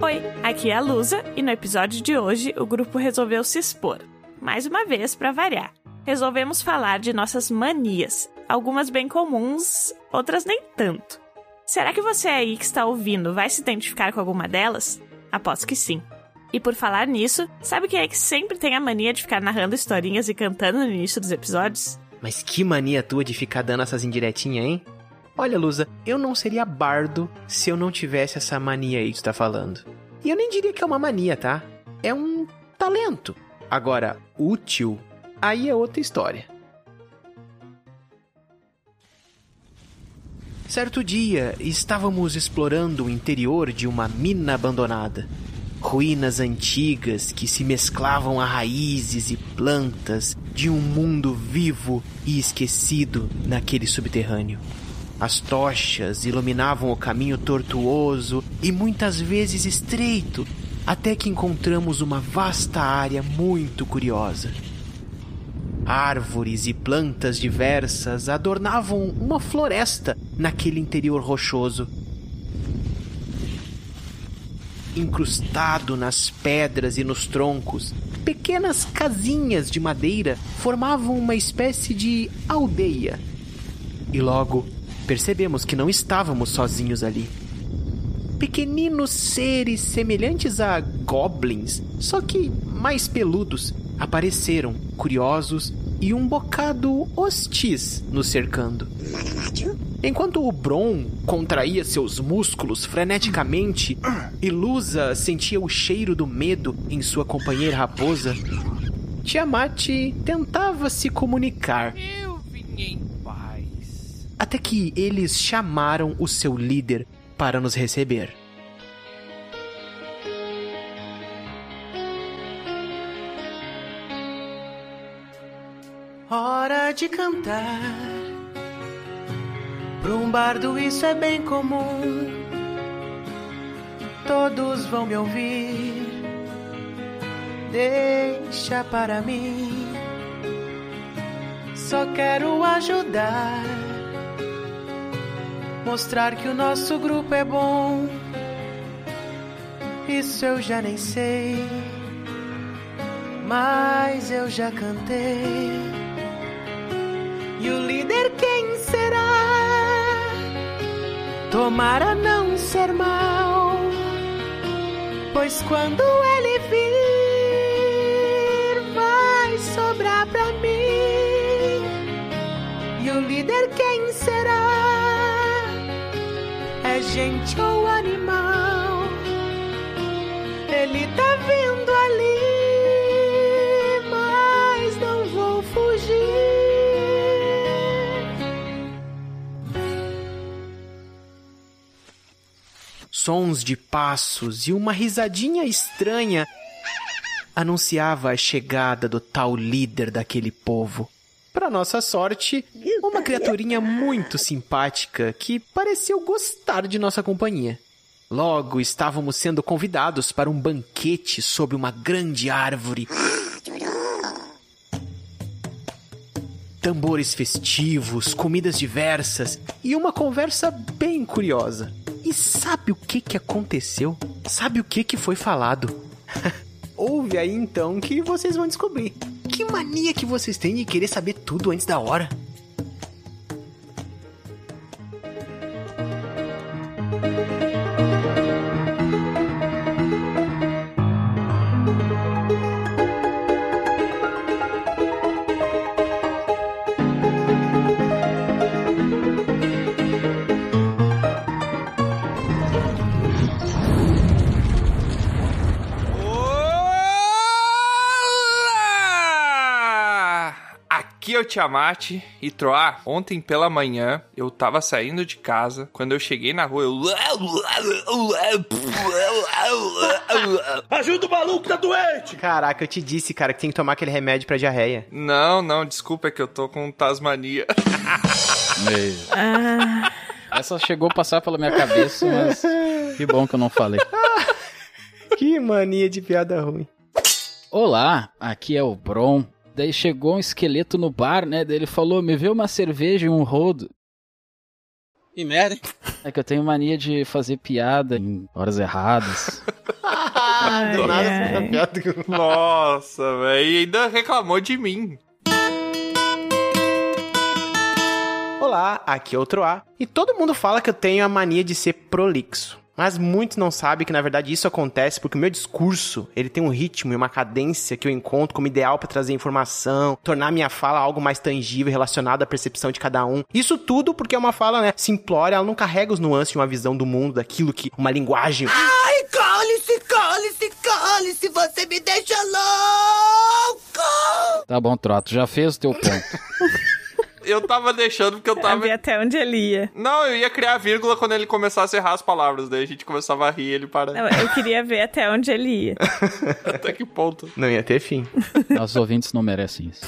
Oi, aqui é a Lusa e no episódio de hoje o grupo resolveu se expor. Mais uma vez, para variar. Resolvemos falar de nossas manias, algumas bem comuns, outras nem tanto. Será que você aí que está ouvindo vai se identificar com alguma delas? Aposto que sim. E por falar nisso, sabe quem é que sempre tem a mania de ficar narrando historinhas e cantando no início dos episódios? Mas que mania tua de ficar dando essas indiretinhas, hein? Olha, Lusa, eu não seria bardo se eu não tivesse essa mania aí que tu tá falando. E eu nem diria que é uma mania, tá? É um talento. Agora, útil, aí é outra história. Certo dia, estávamos explorando o interior de uma mina abandonada. Ruínas antigas que se mesclavam a raízes e plantas de um mundo vivo e esquecido naquele subterrâneo. As tochas iluminavam o caminho tortuoso e muitas vezes estreito, até que encontramos uma vasta área muito curiosa. Árvores e plantas diversas adornavam uma floresta naquele interior rochoso. Incrustado nas pedras e nos troncos, pequenas casinhas de madeira formavam uma espécie de aldeia. E logo percebemos que não estávamos sozinhos ali. Pequeninos seres semelhantes a goblins, só que mais peludos, apareceram, curiosos e um bocado hostis nos cercando. Enquanto o Bron contraía seus músculos freneticamente e Lusa sentia o cheiro do medo em sua companheira raposa, Tiamat tentava se comunicar. Eu vim em paz. Até que eles chamaram o seu líder para nos receber. Hora de cantar. Pra um bardo isso é bem comum. Todos vão me ouvir. Deixa para mim. Só quero ajudar. Mostrar que o nosso grupo é bom. Isso eu já nem sei. Mas eu já cantei. E o líder quem será? Tomara não ser mal, pois quando ele vir, vai sobrar pra mim. E o líder quem será? É gente ou animal? Ele tá vindo ali, mas não vou fugir. Sons de passos e uma risadinha estranha anunciava a chegada do tal líder daquele povo. Para nossa sorte, uma criaturinha muito simpática que pareceu gostar de nossa companhia. Logo estávamos sendo convidados para um banquete sob uma grande árvore. tambores festivos, comidas diversas e uma conversa bem curiosa. E sabe o que, que aconteceu? Sabe o que, que foi falado? Ouve aí então que vocês vão descobrir. Que mania que vocês têm de querer saber tudo antes da hora. Olá! Aqui é o Tiamat e Troá. Ontem pela manhã eu tava saindo de casa. Quando eu cheguei na rua, eu. Ajuda o maluco, tá doente! Caraca, eu te disse, cara, que tem que tomar aquele remédio pra diarreia. Não, não, desculpa, é que eu tô com Tasmania. Ah. Essa chegou a passar pela minha cabeça, mas Que bom que eu não falei. Que mania de piada ruim. Olá, aqui é o Bron. Daí chegou um esqueleto no bar, né? Daí ele falou: me vê uma cerveja e um rodo. Que merda. hein? É que eu tenho mania de fazer piada em horas erradas. Ai, Do nada ai. você tá piada que eu- Nossa, velho. E ainda reclamou de mim. Olá, aqui é outro A. E todo mundo fala que eu tenho a mania de ser prolixo. Mas muitos não sabem que na verdade isso acontece porque o meu discurso, ele tem um ritmo e uma cadência que eu encontro como ideal pra trazer informação, tornar minha fala algo mais tangível relacionado à percepção de cada um. Isso tudo porque é uma fala, né, simplória, ela não carrega os nuances de uma visão do mundo, daquilo que uma linguagem Ai, cole-se, cole-se, cole-se, você me deixa louco! tá bom, Troto, já fez o teu ponto. Eu tava deixando porque eu tava. Sabia até onde ele ia. Não, eu ia criar vírgula quando ele começasse a errar as palavras. Daí a gente começava a rir ele para. Não, eu queria ver até onde ele ia. Até que ponto. não ia ter fim. Nossos ouvintes não merecem isso.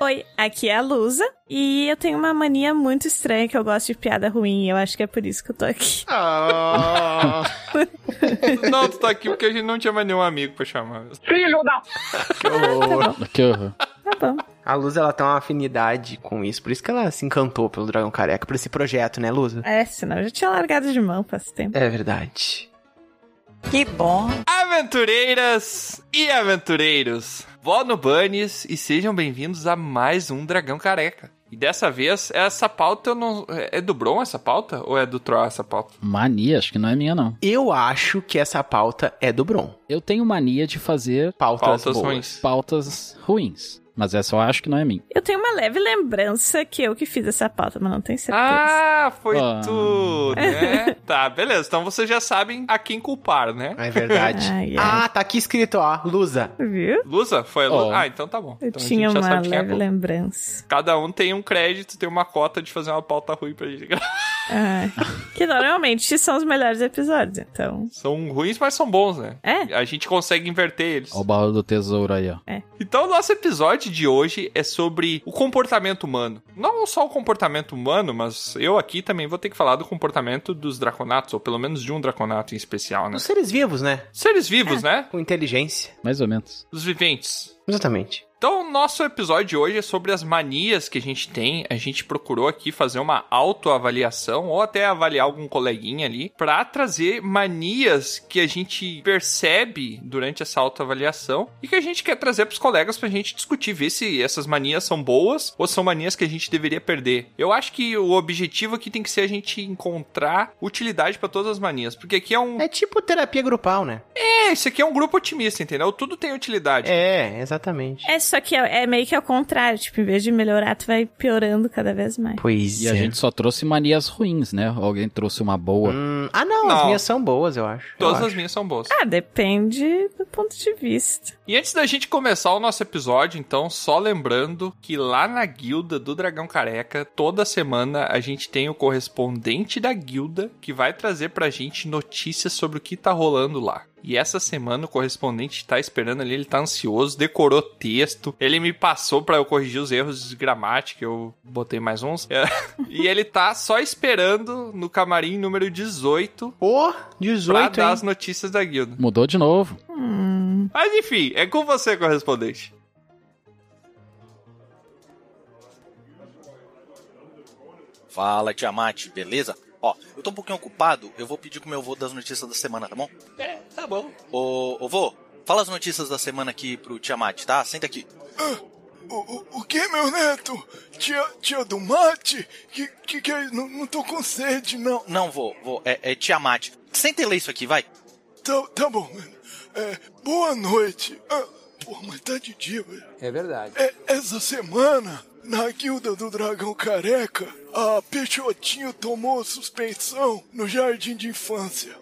Oi, aqui é a Lusa e eu tenho uma mania muito estranha que eu gosto de piada ruim. e Eu acho que é por isso que eu tô aqui. Ah, Não, tu tá aqui porque a gente não tinha mais nenhum amigo pra chamar. que horror. Que horror. Tá bom. A Luz ela tem uma afinidade com isso, por isso que ela se encantou pelo Dragão Careca, por esse projeto, né, Luz? É, senão eu já tinha largado de mão faz tempo. É verdade. Que bom! Aventureiras e aventureiros, vó no Bunnies e sejam bem-vindos a mais um Dragão Careca. E dessa vez, essa pauta eu não. É do Bron essa pauta? Ou é do Troll essa pauta? Mania, acho que não é minha, não. Eu acho que essa pauta é do Bron. Eu tenho mania de fazer Pautas, Pautas boas. ruins. pautas ruins. Mas essa eu acho que não é minha. Eu tenho uma leve lembrança que eu que fiz essa pauta, mas não tenho certeza. Ah, foi Ah. tu, né? tá, beleza. Então vocês já sabem a quem culpar, né? É verdade. Ai, ai. ah, tá aqui escrito, ó. Lusa. Viu? Lusa? Foi a Lusa? Ó. Ah, então tá bom. Eu Então a gente tinha já uma sabe quem é a leve culpa. lembrança. Cada um tem um crédito, tem uma cota de fazer uma pauta ruim pra gente. Ai. Ah, que normalmente são os melhores episódios, então. São ruins, mas são bons, né? É. A gente consegue inverter eles. Ó o baú do tesouro aí, ó. Então, o nosso episódio de hoje é sobre o comportamento humano. Não só o comportamento humano, mas eu aqui também vou ter que falar do comportamento dos draconatos, ou pelo menos de um draconato em especial, né? Os seres vivos, né? Seres vivos, né? Com inteligência. Mais ou menos. Os viventes. Exatamente. Então, o nosso episódio de hoje é sobre as manias que a gente tem. A gente procurou aqui fazer uma autoavaliação ou até avaliar algum coleguinha ali pra trazer manias que a gente percebe durante essa autoavaliação e que a gente quer trazer pros colegas pra gente discutir, ver se essas manias são boas ou são manias que a gente deveria perder. Eu acho que o objetivo aqui tem que ser a gente encontrar utilidade pra todas as manias, porque aqui é um, É tipo terapia grupal, né? é, isso aqui é um grupo otimista, entendeu? Tudo tem utilidade. É, exatamente. É, só que é, é meio que ao contrário. Tipo, em vez de melhorar, tu vai piorando cada vez mais. Pois E a é. gente só trouxe manias ruins, né? Alguém trouxe uma boa. Hum, ah, não, as Não. minhas são boas, eu acho. Eu Todas acho. É, as minhas são boas. Ah, depende do ponto de vista. E antes da gente começar o nosso episódio, então, só lembrando que lá na guilda do Dragão Careca, toda semana a gente tem o correspondente da guilda que vai trazer pra gente notícias sobre o que tá rolando lá. E essa semana o correspondente tá esperando ali, ele tá ansioso, decorou texto, ele me passou pra eu corrigir os erros de gramática, eu botei mais uns. É, e ele tá só esperando no camarim número 18 Ô, pra 18, dar hein? as notícias da guilda. Mudou de novo. Hum. Mas enfim, é com você, correspondente. Fala, Tiamat, beleza? Ó, eu tô um pouquinho ocupado, eu vou pedir com meu vô das notícias da semana, tá bom? É, tá bom. Ô, ô vô, fala as notícias da semana aqui pro Tiamat, tá? Senta aqui. O, o, o que, meu neto? Tia, tia do mate? Que que, que é? isso? Não, não tô com sede, não. Não, vô, vô, é, é Tiamat. Senta e lê isso aqui, vai. Tá, tá bom, mano. É, boa noite. Ah, pô, mas tá de dia, velho. É verdade. essa semana, na Guilda do Dragão Careca, a Peixotinho tomou suspensão no jardim de infância.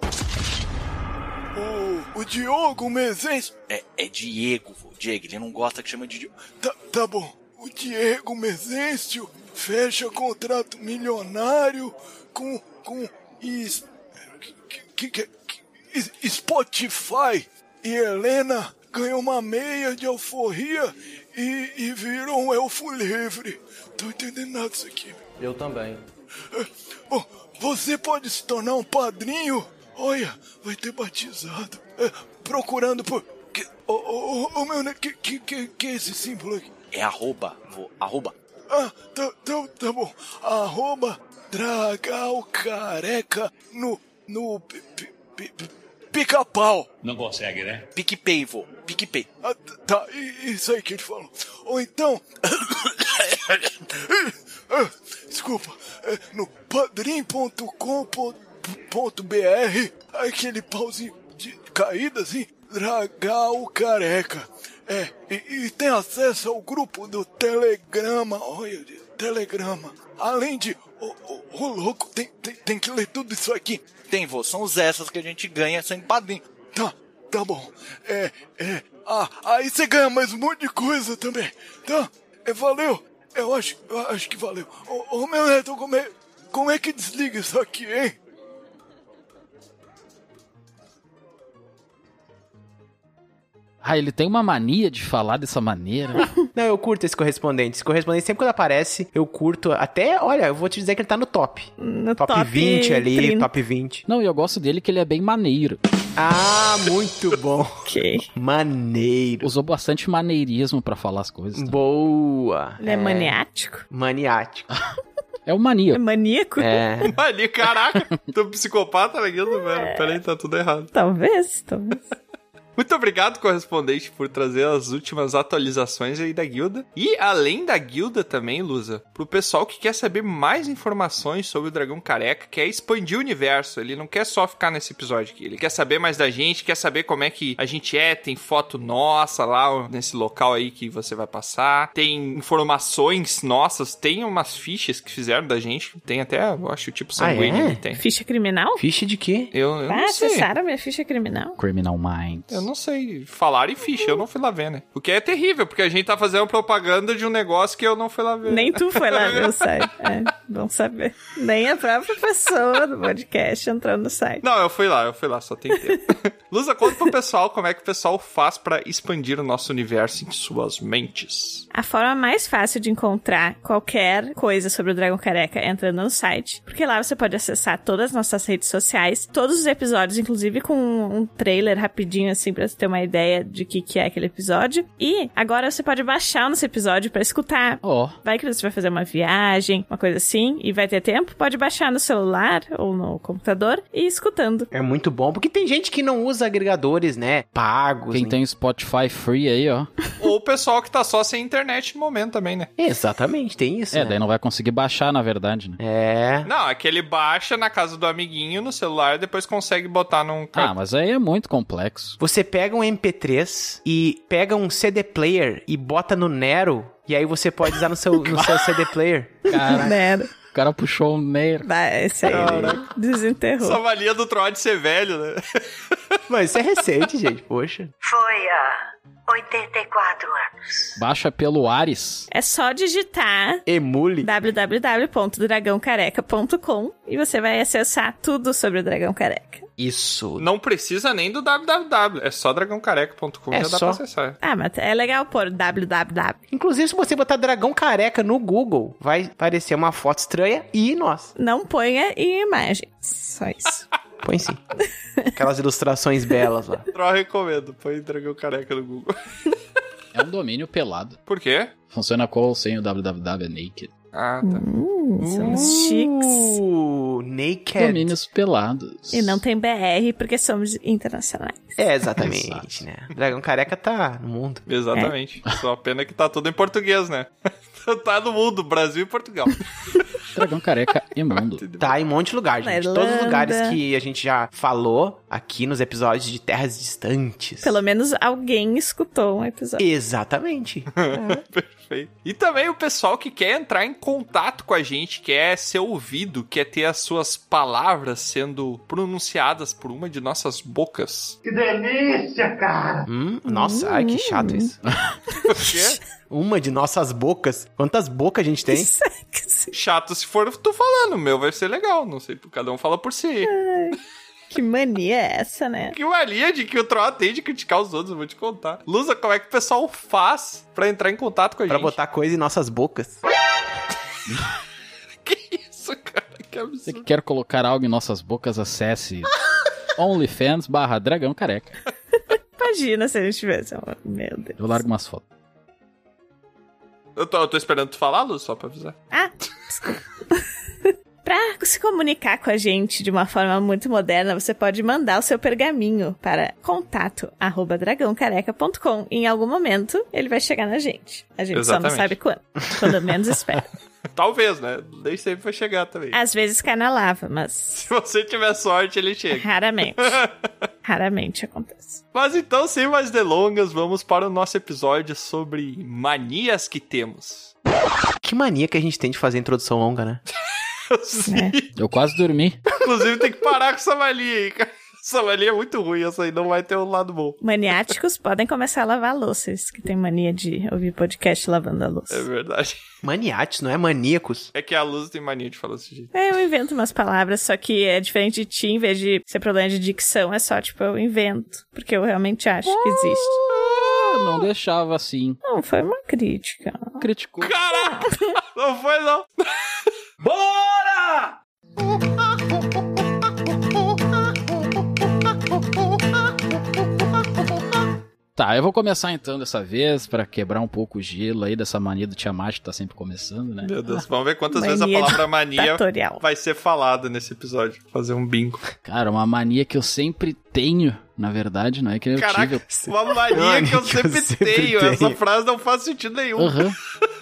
O, o Diogo Mezens É, é Diego, vô. Diego, ele não gosta que chama de Diego. Tá, tá bom. O Diego Mezencio fecha contrato milionário com. com. Is, que, que, que- Is- Spotify. E Helena ganhou uma meia de alforria e, e virou um elfo livre. Tô entendendo nada disso aqui. É, Eu também. Bom, você pode se tornar um padrinho? Olha, vai ter batizado. É, procurando por. Que, oh, oh, oh, meu, ne- que, que, que, que é esse símbolo aqui? É arroba. Vou, arroba. Ah, tá, tá, tá bom. Arroba Dragal Careca no. no. pi- pi- pi- pi- pica-pau. Não consegue, né? PicPay, vou. PicPay. Ah, t- tá, i- isso aí que ele falou. Ou então. Ah, Desculpa, é, no padrim.com.br, aquele pauzinho de caída assim, Dragal Careca. É, e, e tem acesso ao grupo do Telegrama, olha, de Telegrama. Além de. Ô, ô, ô, louco, tem, tem, tem que ler tudo isso aqui. Tem, vou. São os essas que a gente ganha sendo padrinho. Tá, tá bom. É, é. Ah, aí você ganha mais um monte de coisa também. Tá? É, valeu. Eu acho, eu acho que valeu. Ô, ô meu neto, como é, como é que desliga isso aqui, hein? Ah, ele tem uma mania de falar dessa maneira. Não, eu curto esse correspondente. Esse correspondente, sempre quando aparece, eu curto. Até, olha, eu vou te dizer que ele tá no top. No top, 20 ali, 30. top 20. Não, e eu gosto dele que ele é bem maneiro. Ah, muito bom. Ok. Maneiro. Usou bastante maneirismo pra falar as coisas. tá? Boa. Ele é, maniático? Maniático. É o É mania. maníaco? É. Ali, caraca, tô psicopata na guilda, velho. Peraí, tá tudo errado. Talvez, talvez. Muito obrigado, correspondente, por trazer as últimas atualizações aí da guilda. E além da guilda também, Lusa, pro pessoal que quer saber mais informações sobre o Dragão Careca, quer expandir o universo, ele não quer só ficar nesse episódio aqui, ele quer saber mais da gente, quer saber como é que a gente é, tem foto nossa lá nesse local aí que você vai passar, tem informações nossas, tem umas fichas que fizeram da gente, tem até, eu acho, o tipo sanguíneo é? que tem. Ficha criminal? Ficha de quê? Eu, eu Ah, não sei. acessaram minha ficha criminal? Criminal Eu Minds. não sei. Falaram em ficha, eu não fui lá ver, né? O que é terrível, porque a gente tá fazendo propaganda de um negócio que eu não fui lá ver. Nem tu foi lá ver o site. É, bom saber. Nem a própria pessoa do podcast entrou no site. Não, eu fui lá, eu fui lá, só tem tempo. Lusa, conta pro pessoal como é que o pessoal faz pra expandir o nosso universo em suas mentes. A forma mais fácil de encontrar qualquer coisa sobre o Dragão Careca é entrando no site, porque lá você pode acessar todas as nossas redes sociais, todos os episódios, inclusive com um um trailer rapidinho, assim, pra você ter uma ideia de o que, que é aquele episódio. E agora você pode baixar o nosso episódio pra escutar. Ó, Vai que você vai fazer uma viagem, uma coisa assim, e vai ter tempo, pode baixar no celular ou no computador e ir escutando. É muito bom, porque tem gente que não usa agregadores, né? Pagos. quem né? tem o Spotify free aí, ó. Ou o pessoal que tá só sem internet no momento também, né? Exatamente, tem isso. É, né? daí não vai conseguir baixar, na verdade, né? É. Não, é que ele baixa na casa do amiguinho no celular e depois consegue botar num. Ah, mas aí é muito complexo. Você pega um MP3 e pega um CD player e bota no Nero, e aí você pode usar no seu, no seu CD player. Cara, Né? o cara puxou um Nair. Vai, esse aí desenterrou. Essa valia do Troll de ser velho, né? Mas isso é recente, gente, poxa. Foi há 84 anos. Baixa pelo Ares. É só digitar Emule. www.dragãocareca.com e você vai acessar tudo sobre o Dragão Careca. Isso. Não precisa nem do www, é só dragãocareca.com É já dá só. pra acessar. Ah, mas é legal pôr www. Inclusive, se você botar dragão careca no Google, vai aparecer uma foto estranha e nós. Não ponha em imagens. Só isso. Põe sim. Aquelas ilustrações belas lá. Troll recomendo, põe Dragão Careca no Google. É um domínio pelado. Por quê? Funciona com ou sem o www é naked. Ah, tá. Hum, somos chiques. Uh, naked. Domínios pelados. E não tem BR porque somos internacionais. É, exatamente, né? Dragão careca tá no mundo. Exatamente. Só a pena que tá tudo em português, né? tá no mundo, Brasil e Portugal. Dragão careca imundo. Tá em um monte de lugar, gente. Na Todos os Irlanda. lugares que a gente já falou aqui nos episódios de Terras Distantes. Pelo menos alguém escutou um episódio. Exatamente. Perfeito. E também o pessoal que quer entrar em contato com a gente, quer ser ouvido, quer ter as suas palavras sendo pronunciadas por uma de nossas bocas. Que delícia, cara! Hum, nossa, ai que chato Hum. isso. Por quê? Uma de nossas bocas. Quantas bocas a gente tem? Chato se for tu falando, meu vai ser legal. Não sei, cada um fala por si. Que mania é essa, né? Que mania de que o Troá tem de criticar os outros, eu vou te contar. Lusa, como é que o pessoal faz pra entrar em contato com a Pra gente? botar coisa em nossas bocas. Que isso, cara? Que Você absurdo. que quer colocar algo em nossas bocas, acesse OnlyFans barra Dragão Careca. Imagina se a gente tivesse. uma- Meu Deus. Eu largo umas fotos. Eu tô, eu tô esperando tu falar, Luz, só pra avisar. Ah! Pra se comunicar com a gente de uma forma muito moderna, você pode mandar o seu pergaminho para contato@dragãocareca.com. Em algum momento, ele vai chegar na gente. A gente só Exatamente. não sabe quando. Quando menos espera. Talvez, né? Nem sempre vai chegar também. Às vezes cai na lava, mas Se você tiver sorte, ele chega. raramente. Raramente acontece. Mas então, sem mais delongas, vamos para o nosso episódio sobre manias que temos. Que mania que a gente tem de fazer introdução longa, né? né? Sim, Eu quase dormi. Inclusive, tem que parar com essa mania aí, cara. Essa mania é muito ruim, essa aí não vai ter um lado bom. Maniáticos podem começar a lavar a louça. Isso que tem mania de ouvir podcast lavando a É louça. verdade. Maniates, não é maníacos? É que a Luz tem mania de falar desse jeito. É, eu invento umas palavras, só que é diferente de ti, em vez de ser problema de dicção, é só tipo, eu invento. Porque eu realmente acho que existe. Eu não deixava assim. Não, foi uma crítica. um Criticou. Caraca! Não foi, não. Tá, eu vou começar então dessa vez, pra quebrar um pouco o gelo aí dessa mania do Tiamat que tá sempre começando, né? Meu Deus, vamos ver quantas vezes a Mania de- palavra mania Tatorial. vai ser falada nesse episódio. Fazer um bingo. Cara, uma mania que eu sempre tenho, na verdade, não é que eu tive. Caraca, eu- uma um- mania que eu sempre tenho. Essa frase não faz sentido nenhum. Aham.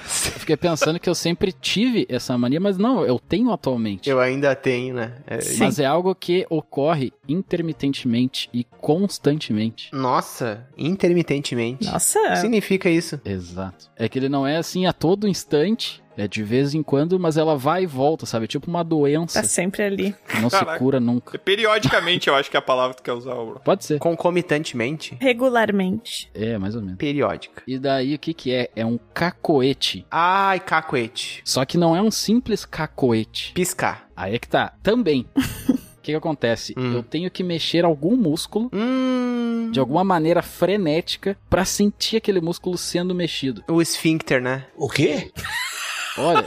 Eu fiquei pensando que eu sempre tive essa mania, mas não, eu tenho atualmente. Eu ainda tenho, né? É, Sim. Mas é algo que ocorre intermitentemente e constantemente. Nossa, intermitentemente. Nossa, O que significa isso? Exato. É que ele não é assim a todo instante, é de vez em quando, mas ela vai e volta, sabe? É Tipo uma doença tá sempre ali. que não Caraca. se cura nunca. É Periodicamente, eu acho que é a palavra que tu quer usar, bro. Pode ser. Concomitantemente? Regularmente. É, mais ou menos. Periódica. E daí o que que é? É um cacoete. Ai, cacoete. Só que não é um simples cacoete. Piscar. Aí é que tá. Também. O que, que acontece? Hum. Eu tenho que mexer algum músculo Hum. de alguma maneira frenética pra sentir aquele músculo sendo mexido. O esfíncter, né? O quê? Olha,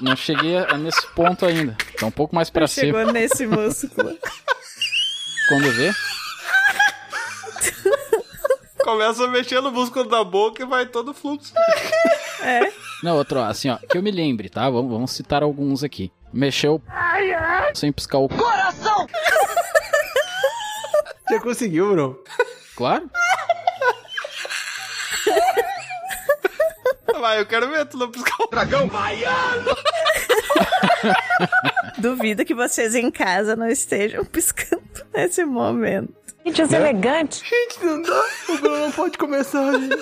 não cheguei a- nesse ponto ainda. Tá um pouco mais pra cima. Chegou nesse músculo. Quando vê, Começa mexendo o músculo da boca e vai todo o fluxo. Não, outro, ó, assim, ó, que eu me lembre, tá? Vamos, vamos citar alguns aqui. Mexeu sem piscar o. Já conseguiu, Bruno? Claro? Vai, eu quero ver tu não piscar o Duvido que vocês em casa não estejam piscando nesse momento. Gente, é Né? elegante. Gente, não dá. O Bruno não pode começar, gente.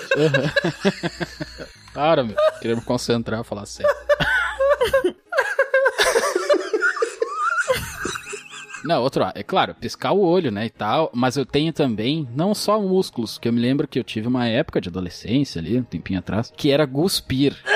Para, meu. Queria me concentrar, falar sério. Não, outro, ó, é claro, piscar o olho, né, e tal, mas eu tenho também, não só músculos, que eu me lembro que eu tive uma época de adolescência ali, um tempinho atrás, que era guspir.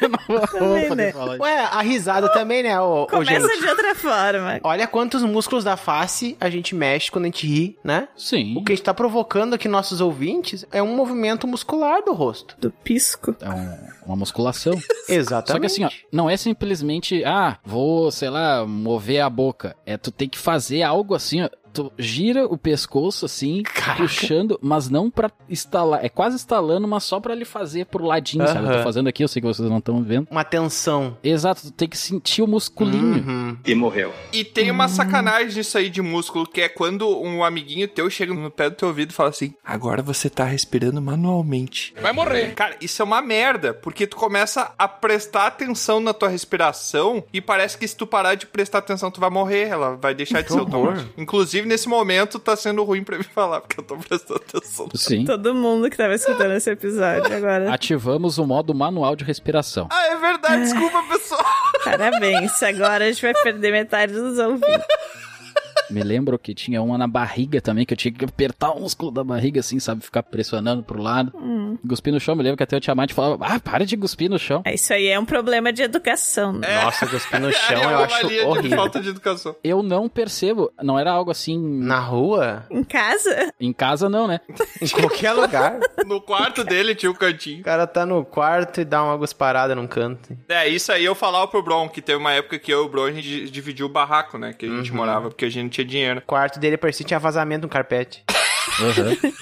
Eu não vou, Ah! Também, vou né? poder falar isso. Ué, a risada também, né, ô, ô Começa gente? de outra forma. Olha quantos músculos da face a gente mexe quando a gente ri, né? Sim, O que a gente tá provocando aqui nossos ouvintes é um movimento muscular do rosto. Do pisco. é um- uma musculação. Só que Exatamente. assim, ó, não é simplesmente, ah, vou, sei lá, mover a boca. É, tu tem que fazer algo assim, ó. Tu gira o pescoço assim, puxando, mas não pra estalar. É quase estalando, mas só pra ele fazer pro ladinho, sabe? Eu Aham. tô fazendo aqui, eu sei que vocês não estão vendo. Uma tensão. Exato, tu tem que sentir o musculinho. Uhum. E tem Hum. uma sacanagem nisso aí de músculo, que é quando um amiguinho teu chega no pé do teu ouvido e fala assim: Agora você tá respirando manualmente. Vai morrer. Cara, isso é uma merda, porque tu começa a prestar atenção na tua respiração e parece que se tu parar de prestar atenção, tu vai morrer. Ela vai deixar de ser automática. Inclusive, nesse momento, tá sendo ruim pra mim falar, porque eu tô prestando atenção. Uhum. Sim. Tá Todo mundo que tava escutando esse episódio agora. Ativamos o modo manual de respiração. Ah, é verdade, desculpa, pessoal. Parabéns, agora a gente vai perder metade dos ouvintes. Me lembro que tinha uma na barriga também, que eu tinha que apertar o músculo da barriga, assim, sabe? Ficar pressionando pro lado. Hum. Cuspir no chão, me lembro que até o Tiamat falava, ah, para de cuspir no chão. É, Isso aí é um problema de educação. né? Nossa, cuspir no chão é eu uma acho mania de horrível. falta de educação. Eu não percebo, não era algo assim, Na rua? Em casa? em casa não, né? Em qualquer lugar. No quarto dele tinha um O cantinho. cara tá no quarto e dá uma gusparada num canto. É, isso aí eu falava pro Bron, que teve uma época que eu e o Bron a gente dividiu o barraco, né? Que a Uhum. gente morava, porque a gente não tinha dinheiro. O quarto dele parecia que tinha vazamento no carpete. Uhum.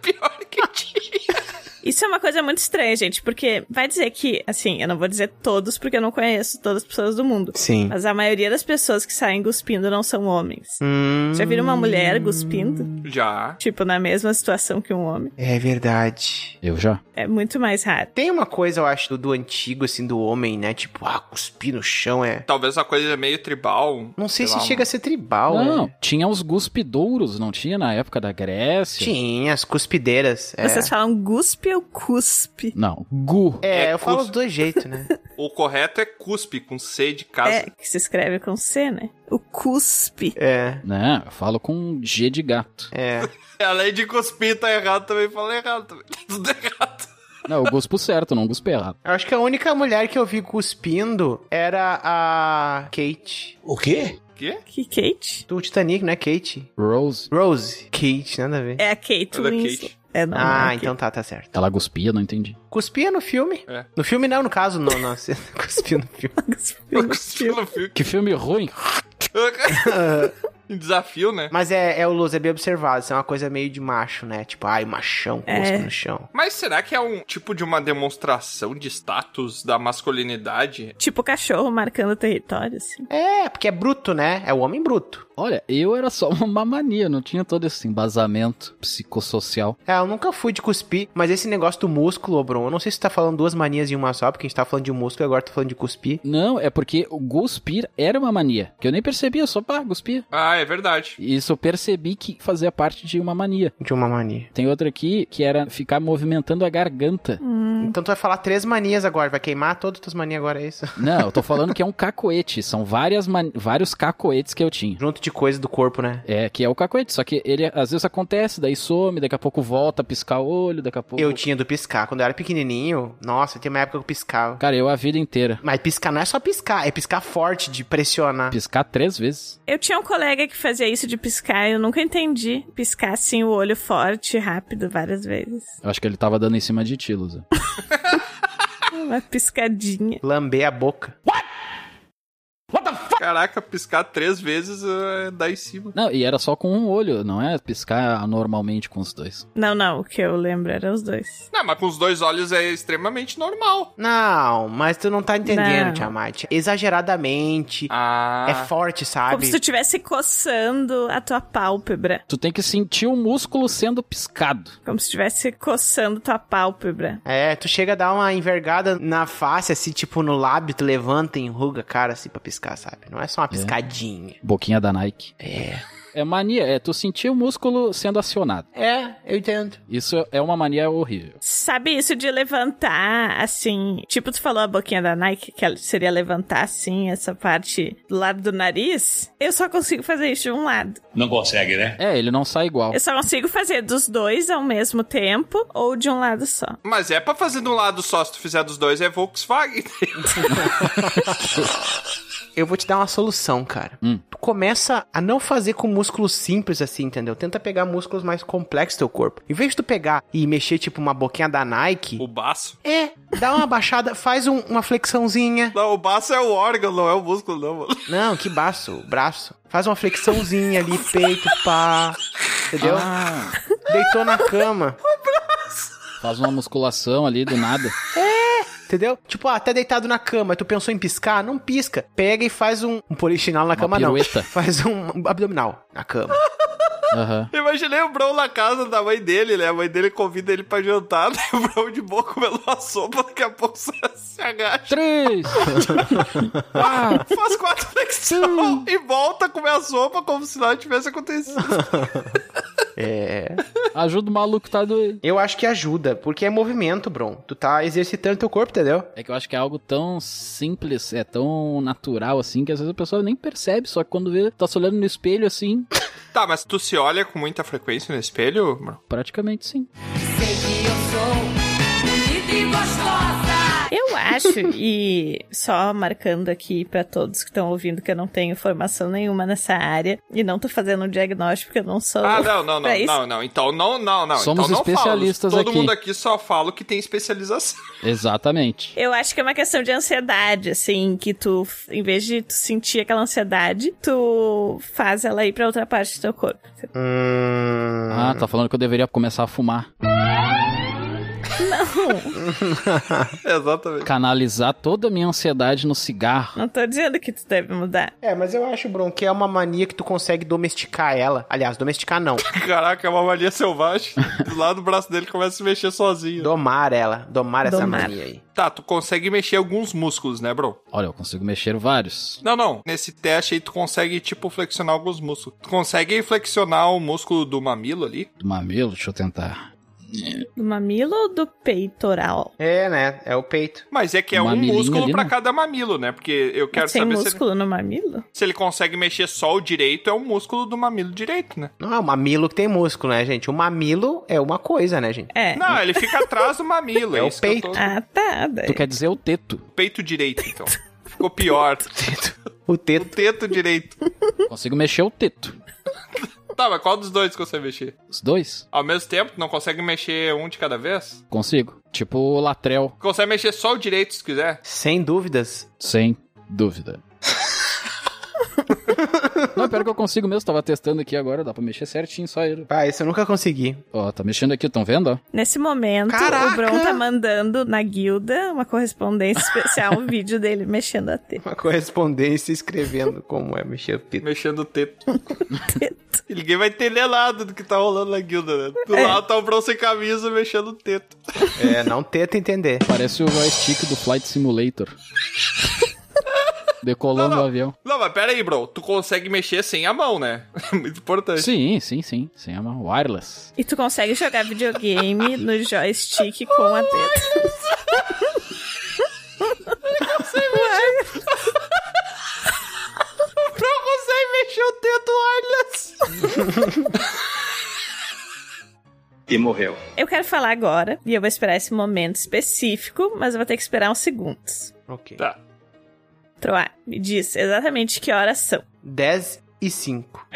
Pior que tinha. Isso é uma coisa muito estranha, gente, porque vai dizer que, assim, eu não vou dizer todos, porque eu não conheço todas as pessoas do mundo. Sim. Mas a maioria das pessoas que saem cuspindo não são homens. Hum, Já viram uma mulher cuspindo? Já. Tipo, na mesma situação que um homem. é verdade. Eu já. É muito mais raro. Tem uma coisa, eu acho, do, do antigo, assim, do homem, né? Tipo, ah, cuspir no chão é... Talvez uma coisa meio tribal. Não sei lá, se um- chega a ser tribal, Não, né? tinha os guspidouros, não tinha na época da Grécia? Tinha, as cuspideiras. É, Vocês falam guspe ou cuspe? Não, gu. é, É eu falo cus- os dois jeitos, né? O correto é cuspe, com C de casa. É, que se escreve com C, né? O cuspe. é, Né, eu falo com G de gato. é. Além de cuspir, tá errado também. Fala errado também. Tá Tudo errado. Não, eu guspo certo, não guspo errado. Eu acho que a única mulher que eu vi cuspindo era a Kate. O quê? Quê? Que Kate? Do Titanic, né? Kate. Rose, Rose. Kate, nada a ver. É a Kate Olha a Winslet. Kate. É, não, não é a ah, Kate. então tá, tá certo. ela guspia, não entendi. Cuspia no filme. É. No filme não, no caso, não, não. você Cuspia no filme. Eu cuspi no fio. Que filme ruim. Em Desafio, né? Mas é, é o Luz, é bem observado. Isso é uma coisa meio de macho, né? Tipo, ai, machão, cuspe É. no chão. Mas será que é um tipo de uma demonstração de status da masculinidade? Tipo cachorro marcando território, assim. É, porque é bruto, né? É o homem bruto. Olha, eu era só uma mania, não tinha todo esse embasamento psicossocial. É, eu nunca fui de cuspir, mas esse negócio do músculo, ô, Bruno, eu não sei se tu tá falando duas manias em uma só, porque a gente tá falando de músculo e agora tá falando de cuspir. Não, é porque o guspir era uma mania, que eu nem percebia, eu só pá, guspia. Ah, é verdade. Isso eu percebi que fazia parte de uma mania. De uma mania. Tem outra aqui que era ficar movimentando a garganta. Então tu vai falar três manias agora, vai queimar todas as tuas manias agora, é isso? Não, eu tô falando que é um cacoete, são várias man- vários cacoetes que eu tinha. Junto de coisa do corpo, né? É, que é o cacoete, só que ele às vezes acontece, daí some, daqui a pouco volta, a piscar o olho, daqui a pouco. Eu tinha do piscar. Quando eu era pequenininho, nossa, tem uma época que eu piscava. Cara, eu a vida inteira. Mas piscar não é só piscar, é piscar forte, de pressionar. Piscar três vezes. Eu tinha um colega que fazia isso de piscar, eu nunca entendi. Piscar assim o olho forte, rápido, várias vezes. Eu acho que ele tava dando em cima de ti, Lusa. Uma piscadinha. Lamber a boca. Caraca, piscar três vezes eh, dá em cima. Não, e era só com um olho, não é piscar normalmente com os dois. Não, não, o que eu lembro eram os dois. Não, mas com os dois olhos é extremamente normal. Não, mas tu não tá entendendo, Não. Tiamat. Exageradamente. Ah. É forte, Como se sabe? tu estivesse coçando a tua pálpebra. Tu tem que sentir o músculo sendo piscado. Como se estivesse coçando tua pálpebra. É, tu chega a dar uma envergada na face, assim, tipo no lábio, tu levanta e enruga a cara, assim, pra piscar, sabe? Não é só uma piscadinha. Boquinha da Nike. É. É mania, é tu sentir o músculo sendo acionado. É, eu entendo. Isso é uma mania horrível. Sabe isso de levantar assim? Tipo, tu falou a boquinha da Nike, que ela seria levantar assim, essa parte do lado do nariz. Eu só consigo fazer isso de um lado. Não consegue, né? É, ele não sai igual. Eu só consigo fazer dos dois ao mesmo tempo ou de um lado só. Mas é pra fazer de um lado só, se tu fizer dos dois, é Volkswagen. Eu vou te dar uma solução, cara. Hum. Tu começa a não fazer com músculos simples assim, entendeu? Tenta pegar músculos mais complexos do teu corpo. Em vez de tu pegar e mexer tipo uma boquinha da Nike, o baço. é, dá uma baixada, faz um- uma flexãozinha. Não, o baço é o órgão, não é o músculo, não, mano. Não, que baço, braço. Faz uma flexãozinha ali, peito, pá. Entendeu? Ah, Deitou na cama. faz uma musculação ali do nada. Entendeu? Tipo, ah, tá deitado na cama, tu pensou em piscar? Não pisca. Pega e faz um, um polichinelo na Uma cama, pirueta. não. Faz um abdominal na cama. Aham. Imaginei o Bron na casa da mãe dele, né? A mãe dele convida ele pra jantar, né? o Bron de boa comendo uma sopa, daqui a pouco se, se agacha, Três! Ah, Quatro! faz quatro flexões e volta a comer a sopa como se nada tivesse acontecido. É. Ajuda o maluco que tá doido. Eu acho que ajuda, porque é movimento, Bron. Tu tá exercitando teu corpo, entendeu? É que eu acho que é algo tão simples, é tão natural assim, que às vezes a pessoa nem percebe, só que quando vê, tá se olhando no espelho assim, Tá, mas tu se olha com muita frequência no espelho? Bruno? praticamente sim. Sei que eu sou bonita e gostosa. Eu acho, e só marcando aqui pra todos que estão ouvindo que eu não tenho formação nenhuma nessa área e não tô fazendo um diagnóstico, porque eu não sou. Ah, não, não, pra não, isso. não, não. Então não, não, não. Somos então não especialistas falo. Todo aqui. mundo aqui só fala que tem especialização. Exatamente. Eu acho que é uma questão de ansiedade, assim, que tu, em vez de tu sentir aquela ansiedade, tu faz ela ir pra outra parte do teu corpo. Hum... Ah, tá falando que eu deveria começar a fumar. Exatamente. Canalizar toda a minha ansiedade no cigarro. Não tô dizendo que tu deve mudar. É, mas eu acho, Bron, que é uma mania que tu consegue domesticar ela. Aliás, domesticar não. Caraca, é uma mania selvagem. Lá do braço dele começa a se mexer sozinho. Domar ela. Domar essa Domar. mania aí. Tá, tu consegue mexer alguns músculos, né, bro? Olha, eu consigo mexer vários. Não, não. Nesse teste aí tu consegue, tipo, flexionar alguns músculos. Tu consegue flexionar o músculo do mamilo ali? Do mamilo, deixa eu tentar. Do mamilo ou do peitoral? É, né? É o peito. Mas é que é O um mamilinho músculo ali, pra né? cada mamilo, né? Porque eu quero Sem saber se ele, músculo no mamilo? se ele consegue mexer só o direito, é o músculo do mamilo direito, né? Não é o mamilo que tem músculo, né, gente? O mamilo é uma coisa, né, gente? É. Não, ele fica atrás do mamilo. É é o isso que eu tô- Ah, tá. daí. É. Tu quer dizer o teto. Peito direito, então. Ficou pior. O o teto. teto direito. Consigo mexer o teto. Tá, mas qual dos dois que você mexer? Os dois? Ao mesmo tempo, tu não consegue mexer um de cada vez? Consigo. Tipo o latrel. Consegue mexer só o direito se quiser? Sem dúvidas. Sem dúvida. Não, pior que eu consigo mesmo. Tava testando aqui agora, dá pra mexer certinho só ele. Ah, isso eu nunca consegui. Ó, tá mexendo aqui, tão vendo? ó? Nesse momento, Caraca! o Bron tá mandando na guilda uma correspondência especial, um vídeo dele mexendo a T. Uma correspondência escrevendo como é mexer o teto. Mexendo o teto. E Ninguém vai entender nada do que tá rolando na guilda, né? Do lado tá o Bron sem camisa mexendo o teto. É, não tenta entender. Parece o joystick do Flight Simulator. Decolando o avião. Não, mas pera aí, Bron. Tu consegue mexer sem a mão, né? Muito importante. Sim, sim, sim. Sem a mão. Wireless. E tu consegue jogar videogame no joystick com a teta. O Bron consegue mexer o teto wireless. E morreu. Eu quero falar agora, e eu vou esperar esse momento específico, mas eu vou ter que esperar uns segundos. Ok. Tá. Troar, me diz exatamente que horas são. 10 e 5.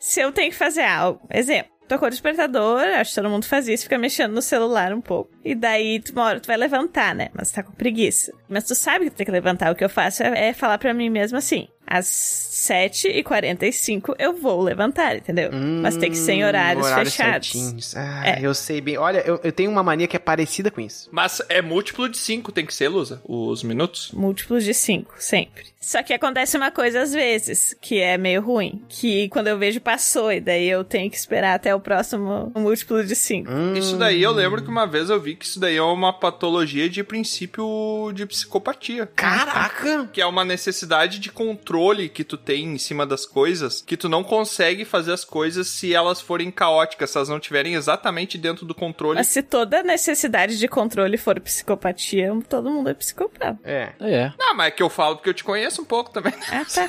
Se eu tenho que fazer algo, exemplo. Tocou o despertador, acho que todo mundo faz isso, fica mexendo no celular um pouco. E daí, tu- uma hora tu vai levantar, né? Mas tá com preguiça. Mas tu sabe que tu tem que levantar. O que eu faço é, é falar pra mim mesmo assim: às 7h45 eu vou levantar, entendeu? Mas tem que ser Hum, em horários fechados. É. certinhos. Ah, eu sei bem. Olha, eu, eu tenho uma mania que é parecida com isso. Mas é múltiplo de 5, tem que ser, Lusa, os minutos. Múltiplos de 5, sempre. Só que acontece uma coisa às vezes, que é meio ruim. Que quando eu vejo passou, e daí eu tenho que esperar até o próximo múltiplo de 5. Hum. Isso daí eu lembro que uma vez eu vi que isso daí é uma patologia de princípio de psicopatia. Caraca! Que é uma necessidade de controle que tu tem em cima das coisas, que tu não consegue fazer as coisas se elas forem caóticas, se elas não tiverem exatamente dentro do controle. Mas Assim- se toda necessidade de controle for psicopatia, todo mundo é psicopata. É. É. Não, mas é que eu falo porque eu te conheço um pouco também. Ah, tá.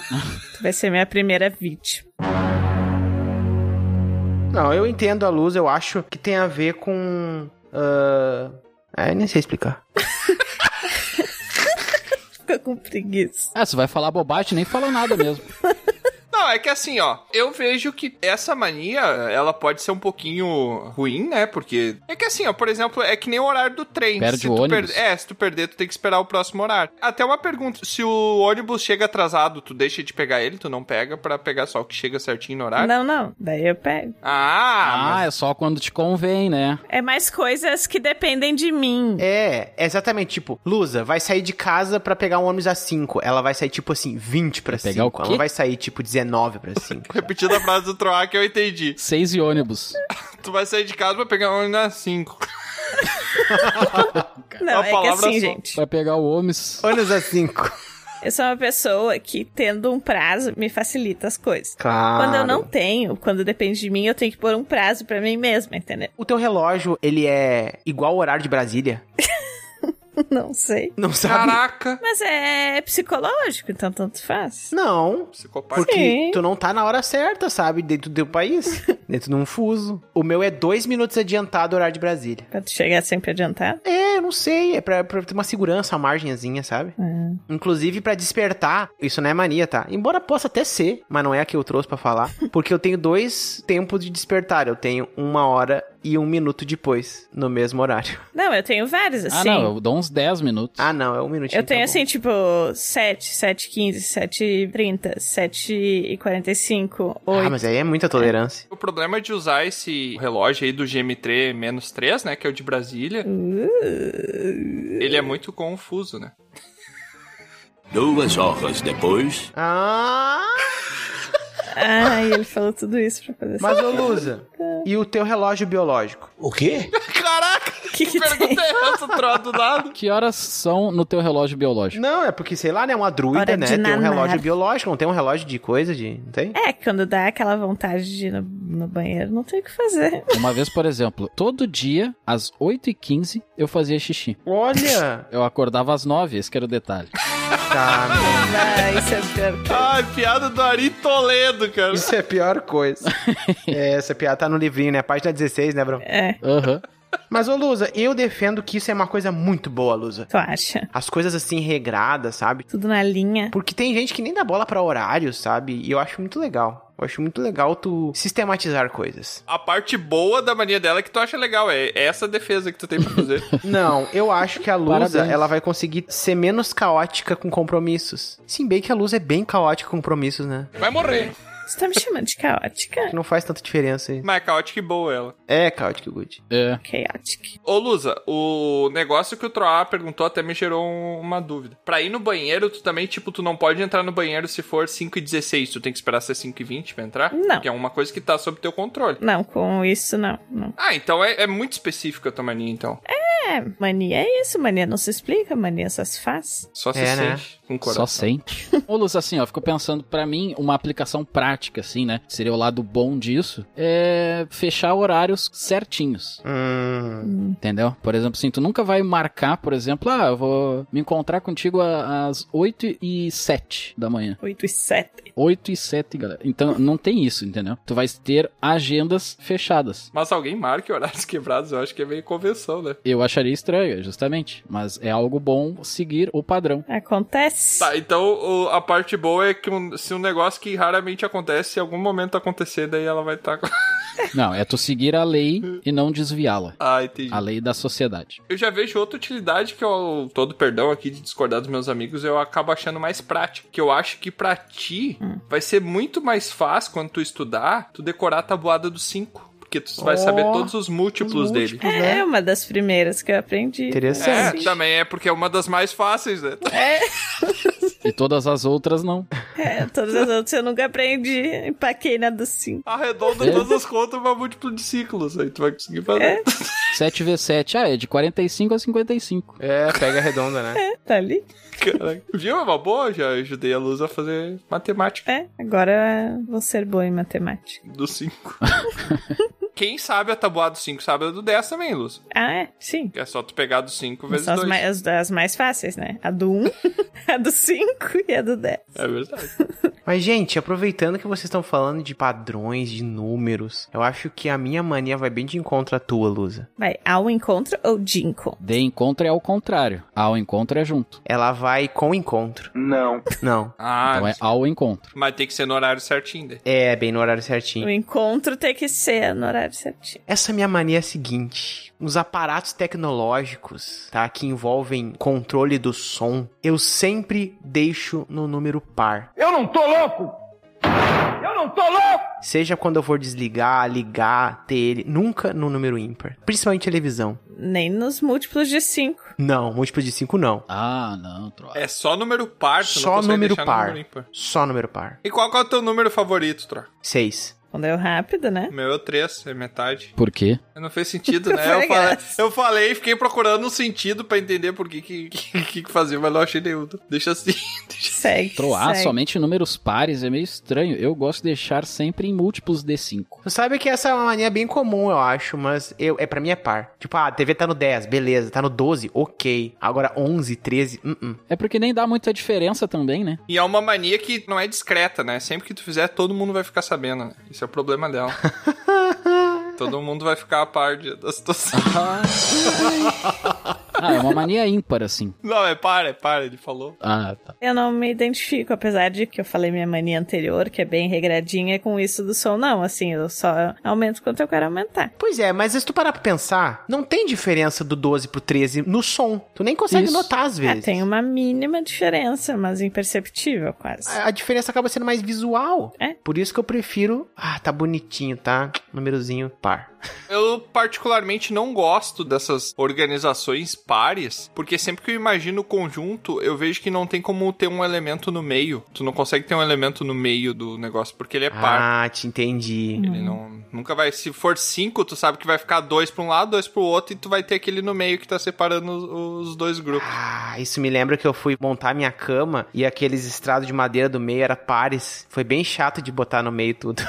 tu vai ser minha primeira vítima. Não, eu entendo a luz, eu acho que tem a ver com. ah, É, nem sei explicar. Fica com preguiça. Ah, você vai falar bobagem, nem fala nada mesmo. Não, é que assim, ó, eu vejo que essa mania, ela pode ser um pouquinho ruim, né? Porque é que assim, ó, por exemplo, é que nem o horário do trem. Perde se o tu ônibus. É, se tu perder, tu tem que esperar o próximo horário. Até uma pergunta, se o ônibus chega atrasado, tu deixa de pegar ele, tu não pega pra pegar só o que chega certinho no Tá? horário? Não, não. Daí eu pego. Ah, Ah, mas- é só quando te convém, né? É mais coisas que dependem de mim. É, é exatamente, tipo, Lusa vai sair de casa pra pegar um ônibus às 5. Ela vai sair, tipo assim, 20 pra Vai pegar o 5. Ela quê? vai sair, tipo, 19 pra 5. repetindo a frase do Troá que eu entendi. Seis e ônibus. Tu vai sair de casa pra pegar um ônibus às 5. Não, Uma é que palavra É, assim, só. gente. Vai pegar o ônibus. ônibus às 5. Eu sou uma pessoa que, tendo um prazo, me facilita as coisas. Claro. Quando eu não tenho, quando depende de mim, eu tenho que pôr um prazo pra mim mesma, entendeu? O teu relógio, ele é igual ao horário de Brasília? Não sei. Não sabe? Ah. Caraca! Mas é psicológico, então tanto faz. Não. Psicopata. Porque Sim. tu não tá na hora certa, sabe? Dentro do teu país. dentro de um fuso. O meu é dois minutos adiantado o horário de Brasília. Pra tu chegar sempre adiantado. É, eu não sei. É pra, pra ter uma segurança, uma margenzinha, sabe? É. Inclusive pra despertar. Isso não é mania, tá? Embora possa até ser, mas não é a que eu trouxe pra falar. Porque eu tenho dois tempos de despertar. Eu tenho uma hora e um minuto depois, no mesmo horário. Não, eu tenho vários, Ah, assim. não, eu dou uns 10 minutos. Ah, não, é um minutinho. Eu tenho tá bom. assim, tipo, 7, 7, 15, 7, 30, 7 e 45, 8. Ah, mas aí é muita tolerância. O problema é de usar esse relógio aí do GM3-3, né? Que é o de Brasília. Ele é muito confuso, né? Duas horas depois. Ah! Ai, ele falou tudo isso pra fazer Mas, ô Lusa, e o teu relógio biológico? O quê? Caraca! assim. Que que tem? Pergunta essa, troca do nada. Que horas são no teu relógio biológico? Não, é porque, sei lá, né? Uma druida, Hora né? de Tem um nanar. relógio biológico, não tem um relógio de coisa de. Não tem? É, quando dá aquela vontade de ir no, no banheiro, não tem o que fazer. Uma vez, por exemplo, todo dia, às 8h15, eu fazia xixi. Olha! Eu acordava às 9, esse que era o detalhe. tá, meu. Ai, isso é pior. que- Ai, piada do Ari Toledo, cara. Isso é a pior coisa. É, essa piada tá no livrinho, né? Página 16, né, Bruno? É, Aham. Mas, ô Lusa, eu defendo que isso é uma coisa muito boa, Lusa. tu acha? As coisas assim, regradas, sabe? Tudo na linha. Porque tem gente que nem dá bola pra horário, sabe? E eu acho muito legal. Eu acho muito legal tu sistematizar coisas. A parte boa da mania dela é que tu acha legal. É essa defesa que tu tem pra fazer. Não, eu acho que a Lusa, Parabéns. ela vai conseguir ser menos caótica com compromissos. Sim, bem que a Lusa é bem caótica com compromissos, né? Vai morrer. Você tá me chamando de caótica? Não faz tanta diferença aí. Mas é caótica e boa ela. É, caótica, Good. É. Chaotic. Ô, Lusa, o negócio que o Troá perguntou até me gerou um- uma dúvida. Pra ir no banheiro, tu também, tipo, tu não pode entrar no banheiro se for 5 e 16. Tu tem que esperar ser 5 e 20 pra entrar? Não. Que é uma coisa que tá sob teu controle. Não, com isso não, não. Ah, então é, é muito específica a tua mania, então. É, mania é isso, mania não se explica, mania só se faz. Só se É, né? sente com o Só coração. sente. Ô, Luz, assim, ó, fico pensando, pra mim, uma aplicação prática, assim, né? Seria o lado bom disso, é fechar horários certinhos, Hum. entendeu? Por exemplo, assim, tu nunca vai marcar, por exemplo, ah, eu vou me encontrar contigo a- às 8 e 7 da manhã. 8 e 7. 8 e 7, galera. Então, não tem isso, entendeu? Tu vais ter agendas fechadas. Mas alguém marca horários quebrados, eu acho que é meio convenção, né? Eu acharia estranho, justamente. Mas é algo bom seguir o padrão. Acontece. Tá, então o- a parte boa é que um- se um negócio que raramente acontece, se em algum momento acontecer, daí ela vai tá estar. Não, é tu seguir a lei e não desviá-la. ah, entendi. A lei da sociedade. Eu já vejo outra utilidade que eu, todo perdão aqui de discordar dos meus amigos, eu acabo achando mais prática. Que eu acho que pra ti vai ser muito mais fácil quando tu estudar, tu decorar a tabuada dos cinco. Porque tu vai Ó, saber todos os múltiplos, os dele. múltiplos, É né? uma das primeiras que eu aprendi. É, Interessante. Sim. também é porque é uma das mais fáceis, né? E todas as outras não. É, todas as outras eu nunca aprendi. Empaquei na do 5. Arredonda É. todas as contas pra múltiplo de ciclos. Aí tu vai conseguir fazer. 7v7, ah, é de 45 a 55. É, pega redonda, né? Tá ali? Caraca. Viu? É uma boa, já ajudei a Luz a fazer matemática É, agora vou ser boa em matemática. do 5. Quem sabe a tabuada do 5 sabe a do 10 também, Luz. Ah, é? Sim. Que É só tu pegar do 5 vezes São as 2. mais, as, as mais fáceis, né? A do 1, a do 5 e a do 10. É verdade. Mas, gente, aproveitando que vocês estão falando de padrões, de números, eu acho que a minha mania vai bem de encontro à tua, Lusa. Vai, ao encontro ou de encontro? De encontro é ao contrário. Ao encontro é junto. Ela vai com encontro. Não. Não. Ah, Então é ao encontro. mas tem que ser no horário certinho, né? É, bem no horário O certinho. encontro tem que ser no horário certinho. Essa minha mania é a seguinte: os aparatos tecnológicos, tá? Que envolvem controle do som, eu sempre deixo no número par. Eu não tô louco! Eu não tô louco! Seja quando eu for desligar, ligar, ter ele, nunca no número ímpar. Principalmente televisão. Nem nos múltiplos de 5. Não, múltiplo de 5 não. Ah, não, troca. É só número par, tu não Só consegue número deixar par. número ímpar. Só número par. E qual que é o teu número favorito, Tro? 6. Quando é o rápido, né? O meu é 3, é metade. Por quê? Não fez sentido, né? Foi eu, falei, graça. eu falei, fiquei procurando um sentido pra entender por que que, que, que fazia, mas não achei nenhum. Deixa assim. Deixa Segue. Troar segue. somente números pares é meio estranho. Eu gosto de deixar sempre em múltiplos de 5. Tu sabe que essa é uma mania bem comum, eu acho, mas eu, é pra mim é par. Tipo, ah, a TV tá no 10, beleza. Tá no 12, ok. Agora 11, 13, uh -uh. É porque nem dá muita diferença também, né? E é uma mania que não é discreta, né? Sempre que tu fizer, todo mundo vai ficar sabendo. Né? Isso é o problema dela. todo mundo vai ficar a par de- da situação. Ah, é uma mania ímpar, assim. não, é par, é par, ele falou. Ah, tá. Eu não me identifico, apesar de que eu falei minha mania anterior, que é bem regradinha com isso do som, não. Assim, eu só aumento quanto eu quero aumentar. Pois é, mas se tu parar pra pensar, não tem diferença do 12 pro 13 no som. Tu nem consegue Isso. notar às É, vezes. tem uma mínima diferença, mas imperceptível quase. A a diferença acaba sendo mais visual. É. Por isso que eu prefiro. Ah, tá bonitinho, tá? Númerozinho par. Eu particularmente não gosto dessas organizações pares, porque sempre que eu imagino o conjunto, eu vejo que não tem como ter um elemento no meio. Tu não consegue ter um elemento no meio do negócio, porque ele é par. Ah, te entendi. Ele não, nunca vai. Se for cinco, tu sabe que vai ficar dois pra um lado, dois pro outro, e tu vai ter aquele no meio que tá separando os, os dois grupos. Ah, isso me lembra que eu fui montar minha cama e aqueles estrados de madeira do meio era pares. Foi bem chato de botar no meio tudo.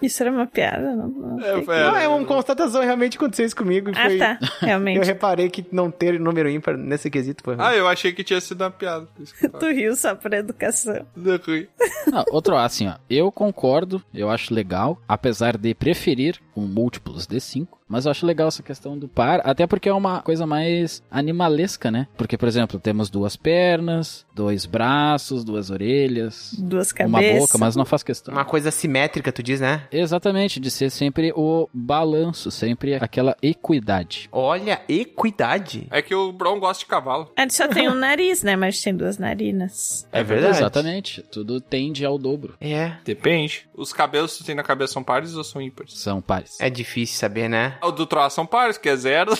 Isso era uma piada? Não, não sei. Não, é uma constatação, realmente aconteceu isso comigo. e Ah, foi- tá. Eu Realmente. reparei que não ter número ímpar nesse quesito foi ruim. Ah, eu achei que tinha sido uma piada. Por isso que eu tava- Tu riu só por educação. Não é ruim. Não, outro, assim, ó. Eu concordo, eu acho legal, apesar de preferir com múltiplos de 5, mas eu acho legal essa questão do par, até porque é uma coisa mais animalesca, né? Porque, por exemplo, temos duas pernas, dois braços, duas orelhas, Duas uma cabeças. boca, mas não faz questão. Uma coisa simétrica, tu diz, né? Exatamente, de ser sempre o balanço, sempre aquela equidade. Olha, equidade. É que o Bron gosta de cavalo. A gente só tem um nariz, né? Mas tem duas narinas. É verdade. Exatamente, tudo tende ao dobro. É. Depende. Os cabelos que tu tem na cabeça são pares ou são ímpares? São pares. É difícil saber, né? O do Troá são pares, que é zero.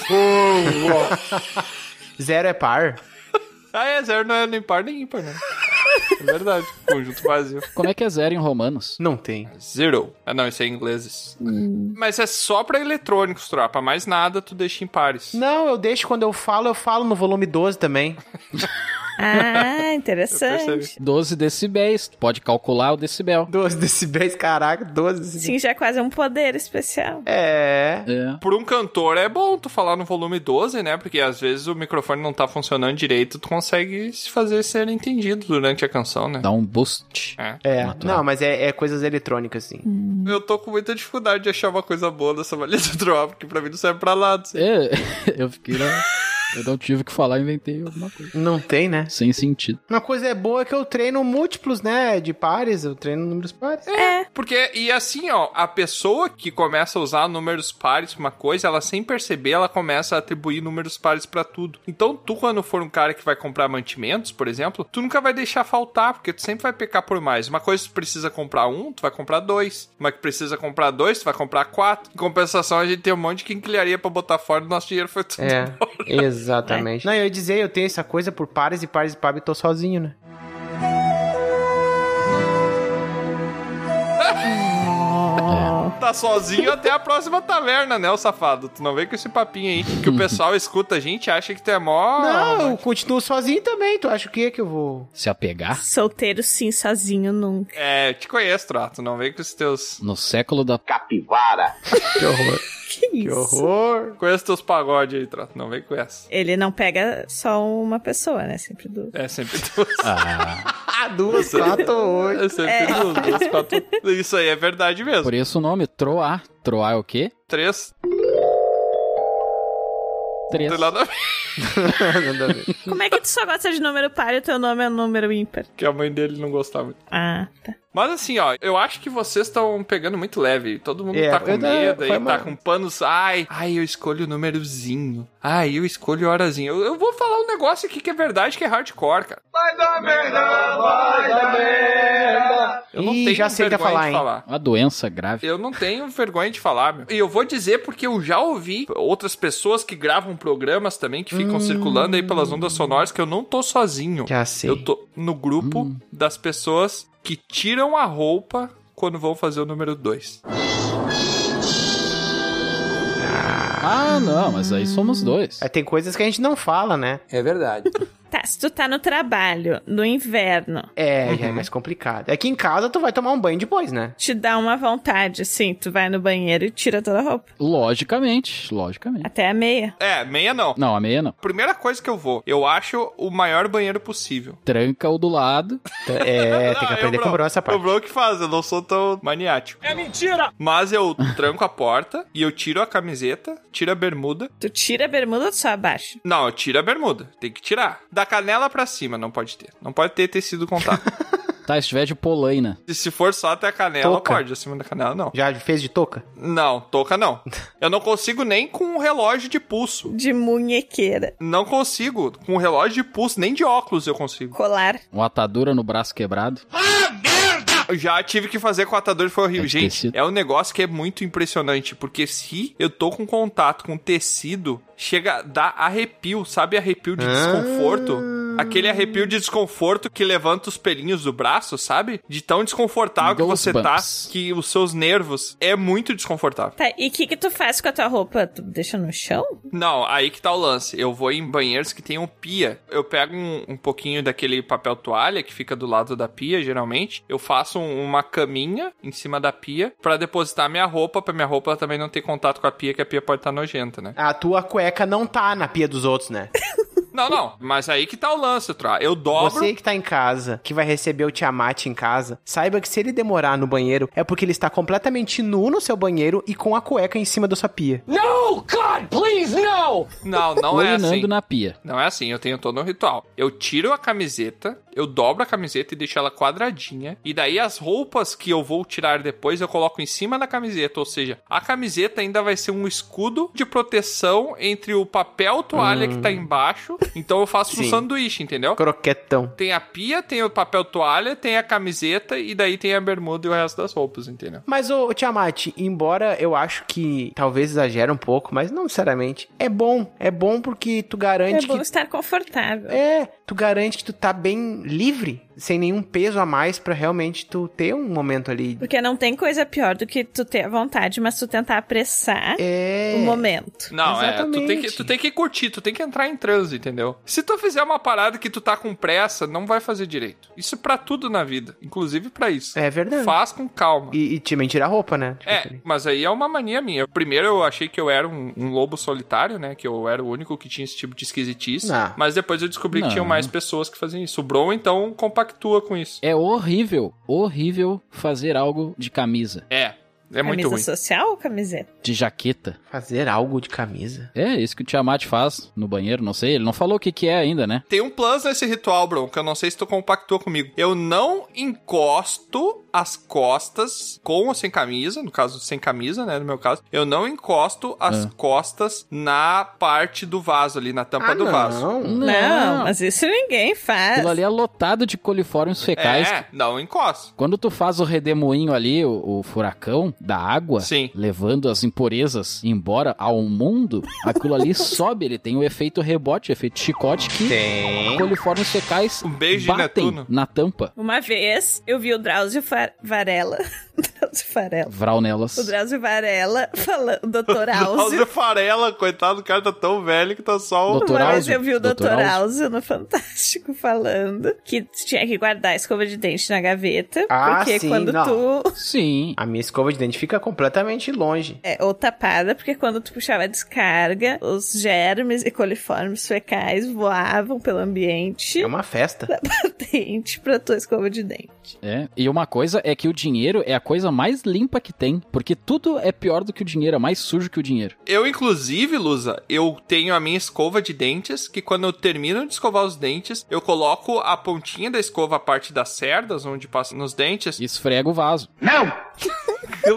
Zero é par. Ah, é, zero não é nem par nem ímpar, né? É verdade. Conjunto vazio. Como é que é zero em romanos? Não tem. Zero. Ah, não, isso é em ingleses. Hum. Mas é só pra eletrônicos, tropa. Mais nada, tu deixa em pares. Não, eu deixo quando eu falo, eu falo no volume 12 também. Ah, Eu percebi. interessante. 12 decibéis, tu pode calcular o decibel. 12 decibéis, caraca, 12 decibéis. Sim, já é quase um poder especial. É. É. Por um cantor é bom tu falar no volume 12, né? Porque às vezes o microfone não tá funcionando direito, tu consegue se fazer ser entendido durante a canção, né? Dá um boost. É. É. Natural. Não, mas é, é coisas eletrônicas, sim. Eu tô com muita dificuldade de achar uma coisa boa dessa malha do Troá, porque pra mim não serve pra nada. assim. É, eu fiquei lá. Eu não tive o que falar, inventei alguma coisa. Não tem, né? Sem sentido. Uma coisa é boa é que eu treino múltiplos, né? De pares, eu treino números pares. Porque, e assim, ó, a pessoa que começa a usar números pares pra uma coisa, ela sem perceber, ela começa a atribuir números pares pra tudo. Então, tu, quando for um cara que vai comprar mantimentos, por exemplo, tu nunca vai deixar faltar, porque tu sempre vai pecar por mais. Uma coisa que tu precisa comprar um, tu vai comprar dois. Uma que precisa comprar dois, tu vai comprar quatro. Em compensação, a gente tem um monte de quinquilharia pra botar fora, nosso dinheiro foi tudo. É, exatamente. Não, eu ia dizer, eu tenho essa coisa por pares e pares e pares e tô sozinho, né? É. Tá sozinho até a próxima taverna, né, o safado? Tu não vem com esse papinho aí, que o pessoal escuta a gente, acha que tu é mó... Não, eu continuo sozinho também. Tu acha o que que eu vou? Se apegar Solteiro sim, sozinho nunca. É, eu te conheço, Troato. Não vem com os teus. no século da. Capivara. Que horror. Que isso? que horror. Conheço teus pagodes aí, Troato. Não vem com essa. Ele não pega só uma pessoa, né? Sempre duas. É sempre duas. Ah, Ah, duas, quatro, oito. É sempre duas, duas, quatro. Isso aí é verdade mesmo. por isso o nome, Troar. Troar é o quê? Três, Três. tem nada a ver. Nada a ver. Como é que tu só gosta de número par e o teu nome é um número ímpar? Que a mãe dele não gostava. muito. Ah, tá. Mas assim, ó, eu acho que vocês estão pegando muito leve. Todo mundo É, tá com eu- medo foi aí, tá mal. com panos. Ai, ai, eu escolho o númerozinho. Ai, eu escolho horazinho. Eu, eu vou falar um negócio aqui que é verdade, que é hardcore, cara. Eu não Ih, tenho já sei o que ia vergonha falar, de hein? falar. Uma doença grave. Eu não tenho vergonha de falar, meu. E eu vou dizer porque eu já ouvi outras pessoas que gravam programas também, que ficam circulando aí pelas ondas sonoras, que eu não tô sozinho. Já sei. Eu tô no grupo das pessoas que tiram a roupa quando vão fazer o número 2. Ah, não, mas aí somos dois. É, tem coisas É, que a gente não fala, né? É verdade. Tá, se tu tá no trabalho, no inverno, É, Uhum. já é mais complicado. É que em casa tu vai tomar um banho depois, né? te dá uma vontade, assim, tu vai no banheiro e tira toda a roupa. Logicamente, logicamente. Até a meia. É, meia não. Não, a meia não. Primeira coisa que eu vou, eu acho o maior banheiro possível. Tranca o do lado. É, tem que aprender com o Bro essa parte. O Bro que faz, eu não sou tão maniático. É mentira! Mas eu tranco a porta e eu tiro a camiseta, tiro a bermuda. Tu tira a bermuda ou tu só abaixa? Não, eu tiro a bermuda. Tem que tirar. Da canela pra cima, não pode ter. Não pode ter tecido contato. Tá, se tiver de polaina. E se for só até a canela, Touca. pode. Acima da canela, não. Já fez de touca? Não, touca não. Eu não consigo nem com um relógio de pulso. De munhequeira. Não consigo. Com um relógio de pulso, nem de óculos eu consigo. Colar. Uma atadura no braço quebrado. Eu Já tive que fazer com atador e foi horrível. Gente, é um negócio que é muito impressionante, porque se eu tô com contato com tecido, chega a dar arrepio, sabe? Arrepio de desconforto. Aquele arrepio de desconforto que levanta os pelinhos do braço, sabe? De tão desconfortável que você tá, Goosebumps. que os seus nervos é muito desconfortável. Tá, e o que que tu faz com a tua roupa? Tu deixa no chão? Não, aí que tá o lance. Eu vou em banheiros que tenham pia. Eu pego um, um pouquinho daquele papel toalha que fica do lado da pia, geralmente. Eu faço um- uma caminha em cima da pia pra depositar minha roupa, pra minha roupa também não ter contato com a pia, que a pia pode estar nojenta, né? A tua cueca não tá na pia dos outros, né? Não, não. Mas aí que tá o lance, Tra. Eu dobro. Você que tá em casa, que vai receber o Tiamat em casa, saiba que se ele demorar no banheiro, é porque ele está completamente nu no seu banheiro e com a cueca em cima da sua pia. Hum. No, God, please, no! Não, não é Urinando assim. na pia. Não é assim, eu tenho todo um ritual. Eu tiro a camiseta, eu dobro a camiseta e deixo ela quadradinha. E daí as roupas que eu vou tirar depois eu coloco em cima da camiseta. Ou seja, a camiseta ainda vai ser um escudo de proteção entre o papel toalha que tá embaixo. Então eu faço um Sim. sanduíche, entendeu? Croquetão. Tem a pia, tem o papel toalha, tem a camiseta e daí tem a bermuda e o resto das roupas, entendeu? Mas, ô Tiamat, embora eu acho que talvez exagera um pouco, mas não necessariamente, é bom. É bom porque tu É garante bom que... estar confortável. É, tu garante que tu tá bem livre, sem nenhum peso a mais pra realmente tu ter um momento ali Porque não tem coisa pior do que tu ter a vontade, mas tu tentar apressar É. o Um momento. Não, é, tu tem, que, tu tem que curtir, tu tem que entrar em transe, entendeu? Se tu fizer uma parada que tu tá com pressa, não vai fazer direito. Isso é pra tudo na vida, inclusive pra isso. É verdade. Faz com calma. E, e também tirar a roupa, né? É, mas aí é uma mania minha. Primeiro eu achei que eu era um, um lobo solitário, né? Que eu era o único que tinha esse tipo de esquisitice. Não. Mas depois eu descobri Não. que tinham mais pessoas que faziam isso. O Bron, então, compactua com isso. É horrível, horrível fazer algo de camisa. É, é camisa social ou camiseta? De jaqueta. Fazer algo de camisa? É, isso que o Tiamat faz no banheiro, não sei. Ele não falou o que, que é ainda, né? Tem um plus nesse ritual, Bron, que eu não sei se tu compactua comigo. Eu não encosto as costas com ou sem camisa, no caso, sem camisa, né, no meu caso. Eu não encosto as Ah. costas na parte do vaso ali, na tampa Ah, do não. vaso. Hum. Não, mas isso ninguém faz. Aquilo ali é lotado de coliformes fecais. É, não encosto. Quando tu faz o redemoinho ali, o, o furacão da água, levando as impurezas embora ao mundo, aquilo ali sobe, ele tem o efeito rebote, o efeito chicote que coliformes fecais Um beijo de batem Netuno. na tampa. Uma vez eu vi o Drauzio Fa- Varela. Drauzio Varela. Vral nelas. O Drauzio Varela falando, Tá, o Dr. Áuzio. Áuzio Farela, coitado, o cara tá tão velho que tá só o... Uma vez eu vi o Dr. Áuzio no Fantástico falando que tinha que guardar a escova de dente na gaveta. Ah, porque sim, quando não. tu. Sim. A minha escova de dente fica completamente longe. É, ou tapada, porque quando tu puxava a descarga, os germes e coliformes fecais voavam pelo ambiente. É uma festa. Da patente pra tua escova de dente. É, e uma coisa é que o dinheiro é a coisa mais limpa que tem, porque tudo é pior do que o dinheiro, é mais sujo que o dinheiro. Eu, inclusive, Lusa, eu tenho a minha escova de dentes, que quando eu termino de escovar os dentes, eu coloco a pontinha da escova, a parte das cerdas, onde passa nos dentes. E esfrega o vaso. Não!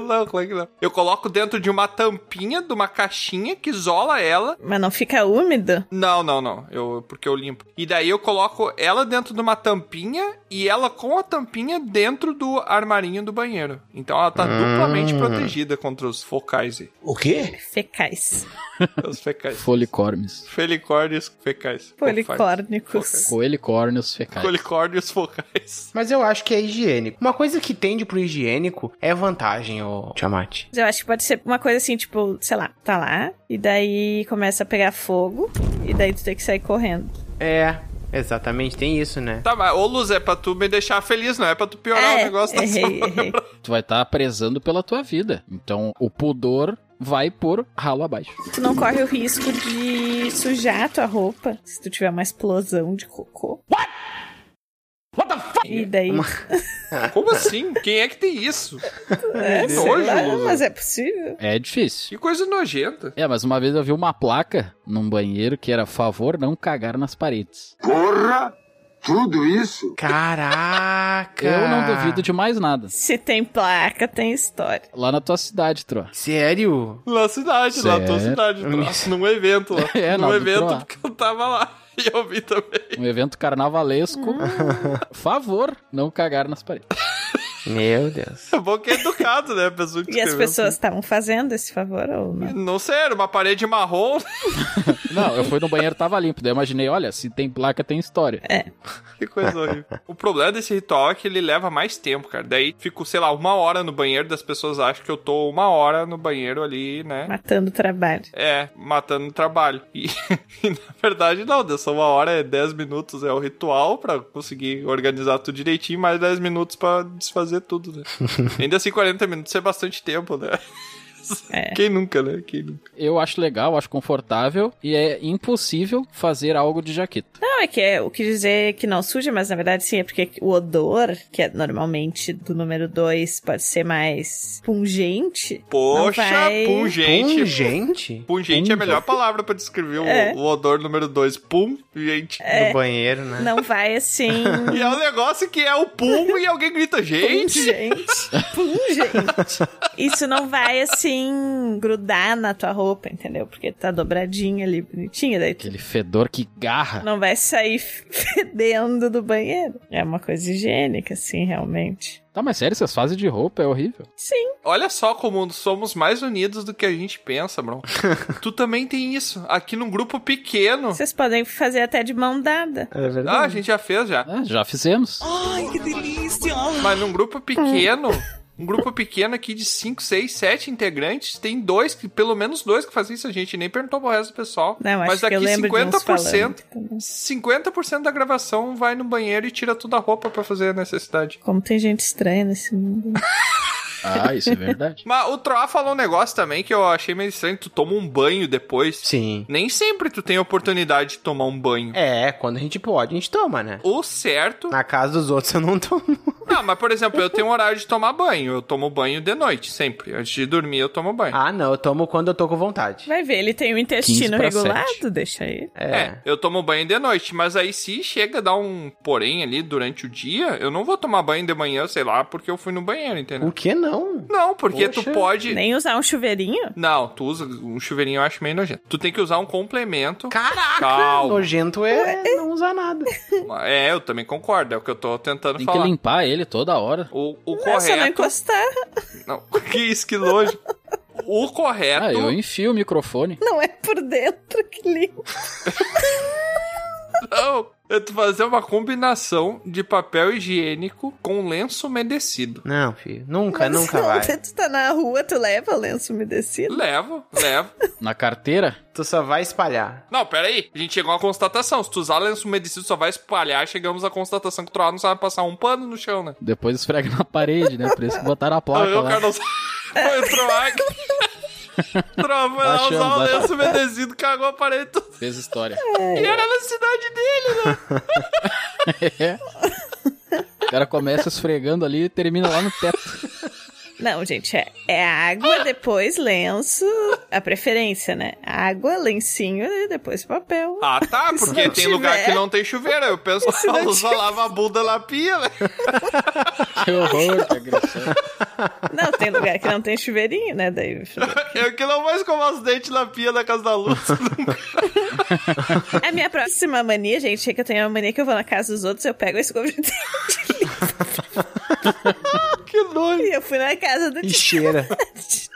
não, claro que não. Eu coloco dentro de uma tampinha, de uma caixinha que isola ela. Mas não fica úmido? Não, não, não. Eu, porque eu limpo. E daí eu coloco ela dentro de uma tampinha e ela com a tampinha dentro do armarinho do banheiro. Então ela tá Hum. duplamente protegida contra os focais. aí. O quê? Fecais. Os fecais. Folicormes. Felicórnios fecais. Policórnicos. Coelicórnios fecais. Colicórnios focais. Mas eu acho que é higiênico. Uma coisa que tende pro higiênico é vantagem, ô Tiamat. Mas Eu acho que pode ser uma coisa assim, tipo, sei lá, tá lá, e daí começa a pegar fogo, e daí tu tem que sair correndo. É. Exatamente, tem isso, né? Tá, mas ô Luz, é pra tu me deixar feliz, não é pra tu piorar É, o negócio da errei, sombra. errei. Tu vai estar prezando pela tua vida. Então, o pudor vai por ralo abaixo. Tu não corre o risco de sujar a tua roupa se tu tiver uma explosão de cocô. What? What the fuck? E daí? Como assim? Quem é que tem isso? É, Que sei nojo, lá, Lusa. mas é possível. É difícil. Que coisa nojenta. É, mas uma vez eu vi uma placa num banheiro que era favor não cagar nas paredes. Porra! Tudo isso? Caraca! Eu não duvido de mais nada. Se tem placa, tem história. Lá na tua cidade, Tro. Sério? Na cidade, lá na tua Certo. cidade, lá, num evento lá. É, num não, do evento, Troá. porque eu tava lá e eu vi também. Um evento carnavalesco. Favor não cagar nas paredes. Meu Deus. É bom que é educado, né? A pessoa que E as escreveu. pessoas estavam fazendo esse favor ou não? Não sei, era uma parede marrom. Não, eu fui no banheiro tava limpo. Daí eu imaginei, olha, se tem placa, tem história. É. Que coisa horrível. O problema desse ritual é que ele leva mais tempo, cara. Daí fico, sei lá, uma hora no banheiro, das pessoas acham que eu tô uma hora no banheiro ali, né? Matando o trabalho. É, matando o trabalho. E, e, na verdade, não, deu só uma hora, é 10 minutos, é o ritual pra conseguir organizar tudo direitinho, mais 10 minutos pra desfazer tudo, né? Ainda assim, 40 minutos é bastante tempo, né? É. Quem nunca, né? Quem nunca. Eu acho legal, acho confortável e é impossível fazer algo de jaqueta. Não, é que é o que dizer que não suja, mas na verdade sim, é porque o odor, que é normalmente do número 2, pode ser mais pungente. Poxa, não vai... um pungente. Pungente? Pungente é a melhor palavra pra descrever o- É. o, odor número 2. Pum, gente. No banheiro, né? Não vai assim. E é um negócio que é o pum e alguém grita, gente. Pungente. Pungente. Isso não vai assim grudar na tua roupa, entendeu? Porque tá dobradinha ali, bonitinha. Daí tu Aquele fedor que garra. não vai sair fedendo do banheiro. É uma coisa higiênica, assim, realmente. Tá, mas sério, essas fases de roupa é horrível. Sim. Olha só como somos mais unidos do que a gente pensa, bro. tu também tem isso. Aqui num grupo pequeno. Vocês podem fazer até de mão dada. É verdade. Ah, a gente já fez já. Ah, já fizemos. Ai, que delícia! Mas num grupo pequeno, um grupo pequeno aqui de 5, 6, 7 integrantes, tem dois, que pelo menos dois que fazem isso, a gente nem perguntou pro resto do pessoal. Não, acho Mas que eu aqui lembro de uns então 50%, falando. 50% da gravação vai no banheiro e tira toda a roupa pra fazer a necessidade. Como tem gente estranha nesse mundo. Ah, isso é verdade. Mas o Troá falou um negócio também que eu achei meio estranho, tu toma um banho depois. Sim. Nem sempre tu tem a oportunidade de tomar um banho. É, quando a gente pode, a gente toma, né? O certo. Na casa dos outros eu não tomo. Não, mas por exemplo, eu tenho um horário de tomar banho. Eu tomo banho de noite, sempre. Antes de dormir, eu tomo banho. Ah, não, eu tomo quando eu tô com vontade. Vai ver, ele tem o 15 intestino pra regulado, sete. deixa aí. é. eu tomo banho de noite. Mas aí, se chega a dar um porém ali durante o dia, eu não vou tomar banho de manhã, sei lá, porque eu fui no banheiro, entendeu? É. O que não? Não, porque Poxa. tu pode. Nem usar um chuveirinho? Não, tu usa um chuveirinho, eu acho meio nojento. Tu tem que usar um complemento. Caraca! Calma. Nojento é não usar nada. É, eu também concordo, é o que eu tô tentando Tem que falar. limpar ele toda hora. O, É o só não correto. encostar. Não, que isso, que nojo. O correto. Ah, eu enfio o microfone. Não é por dentro que limpa. Não, é tu fazer uma combinação de papel higiênico com lenço umedecido. Não, filho, nunca, Mas nunca não, vai. Tu tá na rua, tu leva o lenço umedecido. Levo, levo. Na carteira? Tu só vai espalhar. Não, peraí. A gente chegou a uma constatação. Se tu usar lenço umedecido, só vai espalhar. Chegamos à constatação que o Troá não sabe passar um pano no chão, né? Depois esfrega na parede, né? Por isso que botaram a placa Aí o cara lá. não sabe. Foi o Troá que... Troá foi lá Baixamos, usar o baixamos. É. lenço umedecido, cagou a parede tudo. Fez história. E era na cidade dele, né? É. O cara começa esfregando ali e termina lá no teto. Não, gente, é, é água, depois lenço. A preferência, né? Água, lencinho e depois papel. Ah, tá, Se porque não tem lugar tiver. que não tem chuveiro. Aí o pessoal só lava a bunda na pia, né? Que horror, que agressão. Não, tem lugar que não tem chuveirinho, né, Daí? Eu que não vou escovar os dentes na pia da casa da luz. A minha próxima mania, gente, é que eu tenho uma mania que eu vou na casa dos outros, eu pego a escova de dente. que nojo. E eu fui na casa do E cheira.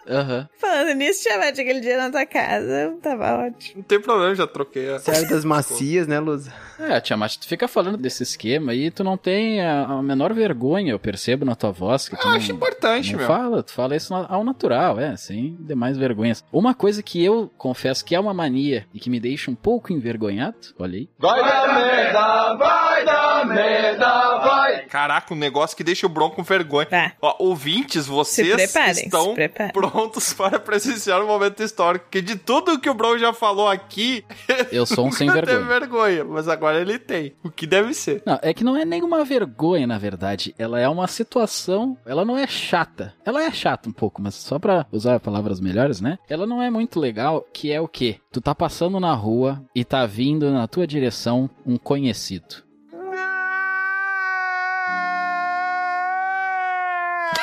Aham. Falando nisso, Tiamat, aquele dia na tua casa, tava ótimo. Não tem problema, já troquei a. Cerdas macias, né, Lusa? É, Tia Mate, tu fica falando desse esquema aí, tu não tem a, a menor vergonha, eu percebo na tua voz que tu Eu não, Ah, acho importante, não meu. fala, tu fala isso na- ao natural, é, sem demais vergonhas. Uma coisa que eu confesso que é uma mania e que me deixa um pouco envergonhado, olha aí. Vai dar merda, vai dar merda, vai. Caraca, um negócio que deixa o Bron com vergonha. Ó, ouvintes, Se vocês preparem, se estão preparem. prontos para presenciar um momento histórico. Porque de tudo que o Bron já falou aqui, Eu sou um sem nunca vergonha. teve vergonha. Mas agora ele tem. O que deve ser. Não, é que não é nenhuma vergonha, na verdade. Ela é uma situação. Ela não é chata. Ela é chata um pouco, mas só pra usar palavras melhores, né? Ela não é muito legal, que é o quê? Tu tá passando na rua e tá vindo na tua direção um conhecido.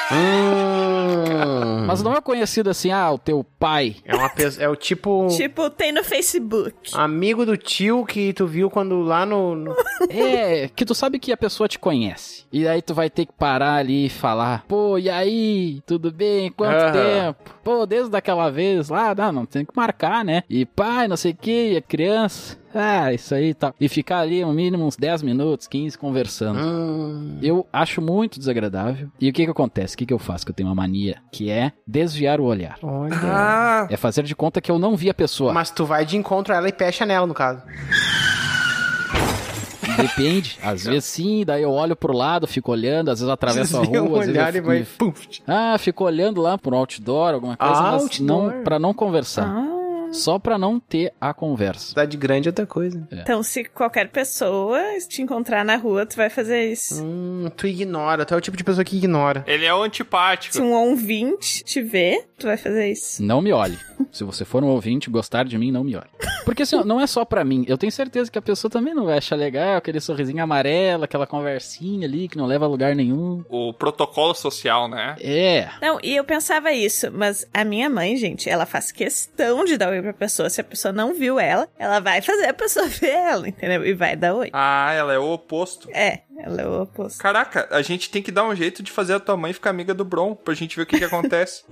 Hum. Mas não é conhecido assim, ah, o teu pai. É, uma pe- é o tipo. Tipo, tem no Facebook. Ah, Amigo do tio que tu viu quando lá no. no- É, que tu sabe que a pessoa te conhece. E aí tu vai ter que parar ali e falar: pô, e aí? Tudo bem? Quanto Aham. tempo? Pô, desde daquela vez lá, não, não tem que marcar, né? E pai, não sei o que, e a criança. Ah, isso aí e tal. E ficar ali no mínimo uns 10 minutos, 15 Hum. conversando. Eu acho muito desagradável. E o que que acontece? O que que eu faço? Que eu tenho uma mania, que é desviar o olhar. Ah, É fazer de conta que eu não vi a pessoa. Mas tu vai de encontro a ela e pecha nela, no caso. Depende. Às vezes sim, daí eu olho pro lado, fico olhando, às vezes eu atravesso a Desvia o rua, às vezes eu um olhar e fico- vai, me- Ah, fico olhando lá pro outdoor, alguma coisa, Ah, mas outdoor. não para não tá. conversar. Então, Só pra não ter a conversa. Cidade grande é outra coisa. Então, se qualquer pessoa te encontrar na rua, tu vai fazer isso. Hum, tu ignora, tu é o tipo de pessoa que ignora. Ele é um antipático. Se um ouvinte te ver, tu vai fazer Hum. isso. Não me olhe. Se você for um ouvinte e gostar de mim, não me olhe. Porque assim, ó, não é só pra mim. Eu tenho certeza que a pessoa também não vai achar legal aquele sorrisinho amarelo, aquela conversinha ali que não leva a lugar nenhum. O protocolo social, né? É. Não, e eu pensava isso, mas a minha mãe, gente, ela faz questão de dar oi pra pessoa. Se a pessoa não viu ela, ela vai fazer a pessoa ver ela, entendeu? E vai dar oi. Ah, ela é o oposto. É, ela é o oposto. Caraca, a gente tem que dar um jeito de fazer a tua mãe ficar amiga do Bron, pra gente ver o que, que acontece.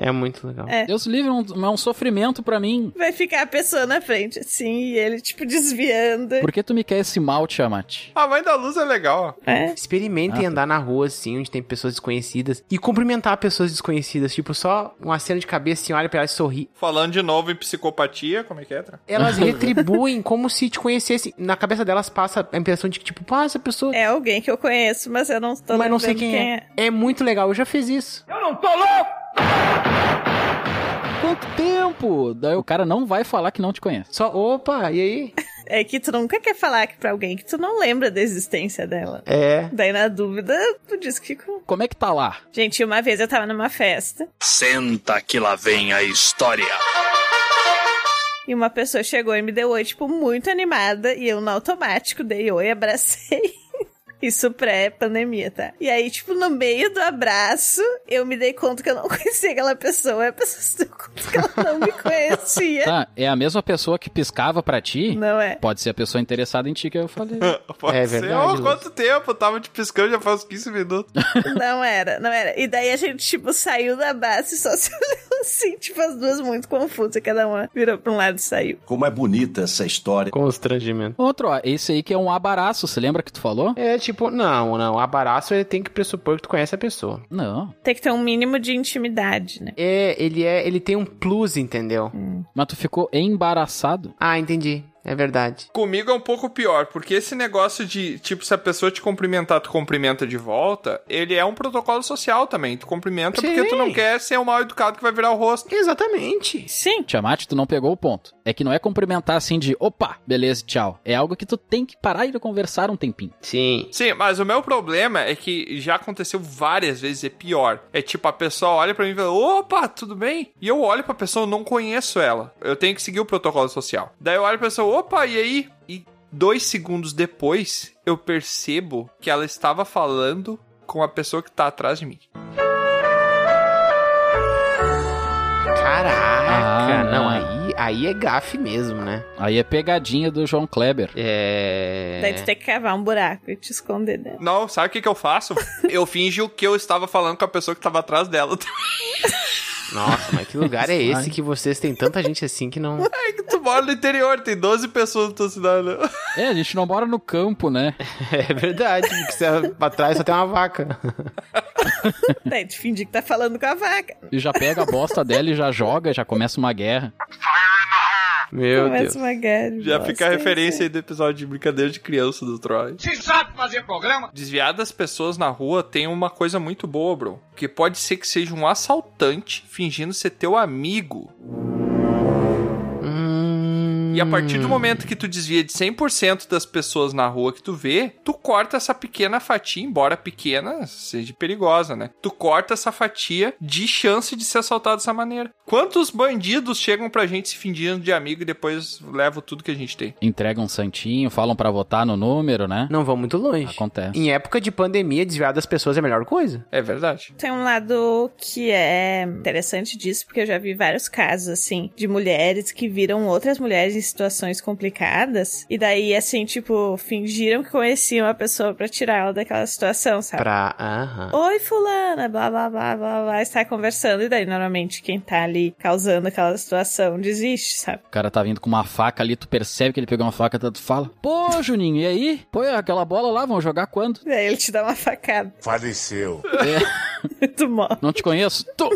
É muito legal. É. Deus livre, é um- é um sofrimento pra mim. Vai ficar a pessoa na frente, assim, e ele, tipo, desviando. Por que tu me quer esse mal, Tiamat? a mãe da luz é legal. É. Experimentem Ah, tá. andar na rua, assim, onde tem pessoas desconhecidas e cumprimentar pessoas desconhecidas. Tipo, só um aceno de cabeça, assim, olha pra ela e sorri. Falando de novo em psicopatia, como é que é, Tra? Elas retribuem como se te conhecessem. Na cabeça delas passa a impressão de que, tipo, pá, essa pessoa. É alguém que eu conheço, mas eu não tô mas não lembrando sei quem, é. é. muito legal, eu já fiz isso. Eu não tô louco! Quanto tempo? Daí o cara não vai falar que não te conhece. Só, opa, e aí? É que tu nunca quer falar pra alguém que tu não lembra da existência dela. É. Daí, na dúvida, tu diz que. Como é que tá lá? Gente, uma vez eu tava numa festa Senta que lá vem a história. e uma pessoa chegou e me deu oi, tipo, muito animada, e eu, no automático, dei oi, abracei. Isso pré-pandemia, tá? E aí, tipo, no meio do abraço, eu me dei conta que eu não conhecia aquela pessoa. E a pessoa se deu conta que ela não me conhecia. Tá, é a mesma pessoa que piscava pra ti? Não é? Pode ser a pessoa interessada em ti que eu falei. Pode É ser. verdade, Ô, Luz. quanto tempo? Eu tava te piscando já faz uns 15 minutos. Não era, não era. E daí a gente, tipo, saiu da base e só se olhou assim, tipo, as duas muito confusas. Cada uma virou pra um lado e saiu. Como é bonita essa história. Constrangimento. Outro, ó, esse aí que é um abaraço, você lembra que tu falou? É tipo, não, não. Abaraço ele tem que pressupor que tu conhece a pessoa. Não. Tem que ter um mínimo de intimidade, né? É, ele é. Ele tem um plus, entendeu? Mas tu ficou embaraçado? Ah, entendi. É verdade. Comigo é um pouco pior, porque esse negócio de, tipo, se a pessoa te cumprimentar, tu cumprimenta de volta, ele é um protocolo social também. Tu cumprimenta porque Sim. tu não quer ser o mal educado que vai virar o rosto. Exatamente. Sim. Tiamat, tu não pegou o ponto. É que não é cumprimentar assim de opa, beleza, tchau. É algo que tu tem que parar e conversar um tempinho. Sim. Sim, mas o meu problema é que já aconteceu várias vezes, é pior. É tipo, a pessoa olha pra mim e fala, opa, tudo bem? E eu olho pra pessoa, eu não conheço ela. Eu tenho que seguir o protocolo social. Daí eu olho pra pessoa, opa, e aí? E dois segundos depois, eu percebo que ela estava falando com a pessoa que tá atrás de mim. Caraca, Ah, não, não. aí, Aí é gafe mesmo, né? Aí é pegadinha do João Kleber. É. Daí tu tem que cavar um buraco e te esconder dentro. Não, sabe o que, que eu faço? Eu finjo que eu estava falando com a pessoa que estava atrás dela. Nossa, mas que lugar é esse que vocês têm tanta gente assim que não. É que tu mora no interior, tem 12 pessoas na tua cidade. né? É, a gente não mora no campo, né? É verdade, porque você é, pra trás só tem uma vaca. Daí tu fingir que tá falando com a vaca. E já pega a bosta dela e já joga, já começa uma guerra. Meu Começa Deus. uma guerra. Já fica a referência aí do episódio de brincadeira de criança do Troy. Se sabe fazer programa? Desviar das pessoas na rua tem uma coisa muito boa, bro. Que pode ser que seja um assaltante fingindo ser teu amigo. E Hum, a partir do momento que tu desvia de 100% das pessoas na rua que tu vê, tu corta essa pequena fatia, embora pequena seja perigosa, né? Tu corta essa fatia de chance de ser assaltado dessa maneira. Quantos bandidos chegam pra gente se fingindo de amigo e depois levam tudo que a gente tem? Entregam um santinho, falam pra votar no número, né? Não vão muito longe. Acontece. Em época de pandemia, desviar das pessoas é a melhor coisa. É verdade. Tem um lado que é interessante disso, porque eu já vi vários casos, assim, de mulheres que viram outras mulheres em situações complicadas, e daí, assim, tipo, fingiram que conheciam a pessoa pra tirar ela daquela situação, sabe? Pra. Aham. Oi, fulana, blá blá blá blá blá, está conversando, e daí, normalmente, quem tá ali causando aquela situação desiste, sabe? O cara tá vindo com uma faca ali, tu percebe que ele pegou uma faca, tá, tu fala, pô, Juninho, e aí? Pô, é aquela bola lá, vão jogar quando? É, E daí ele te dá uma facada. Faleceu. tu morre. Não te conheço? Tu!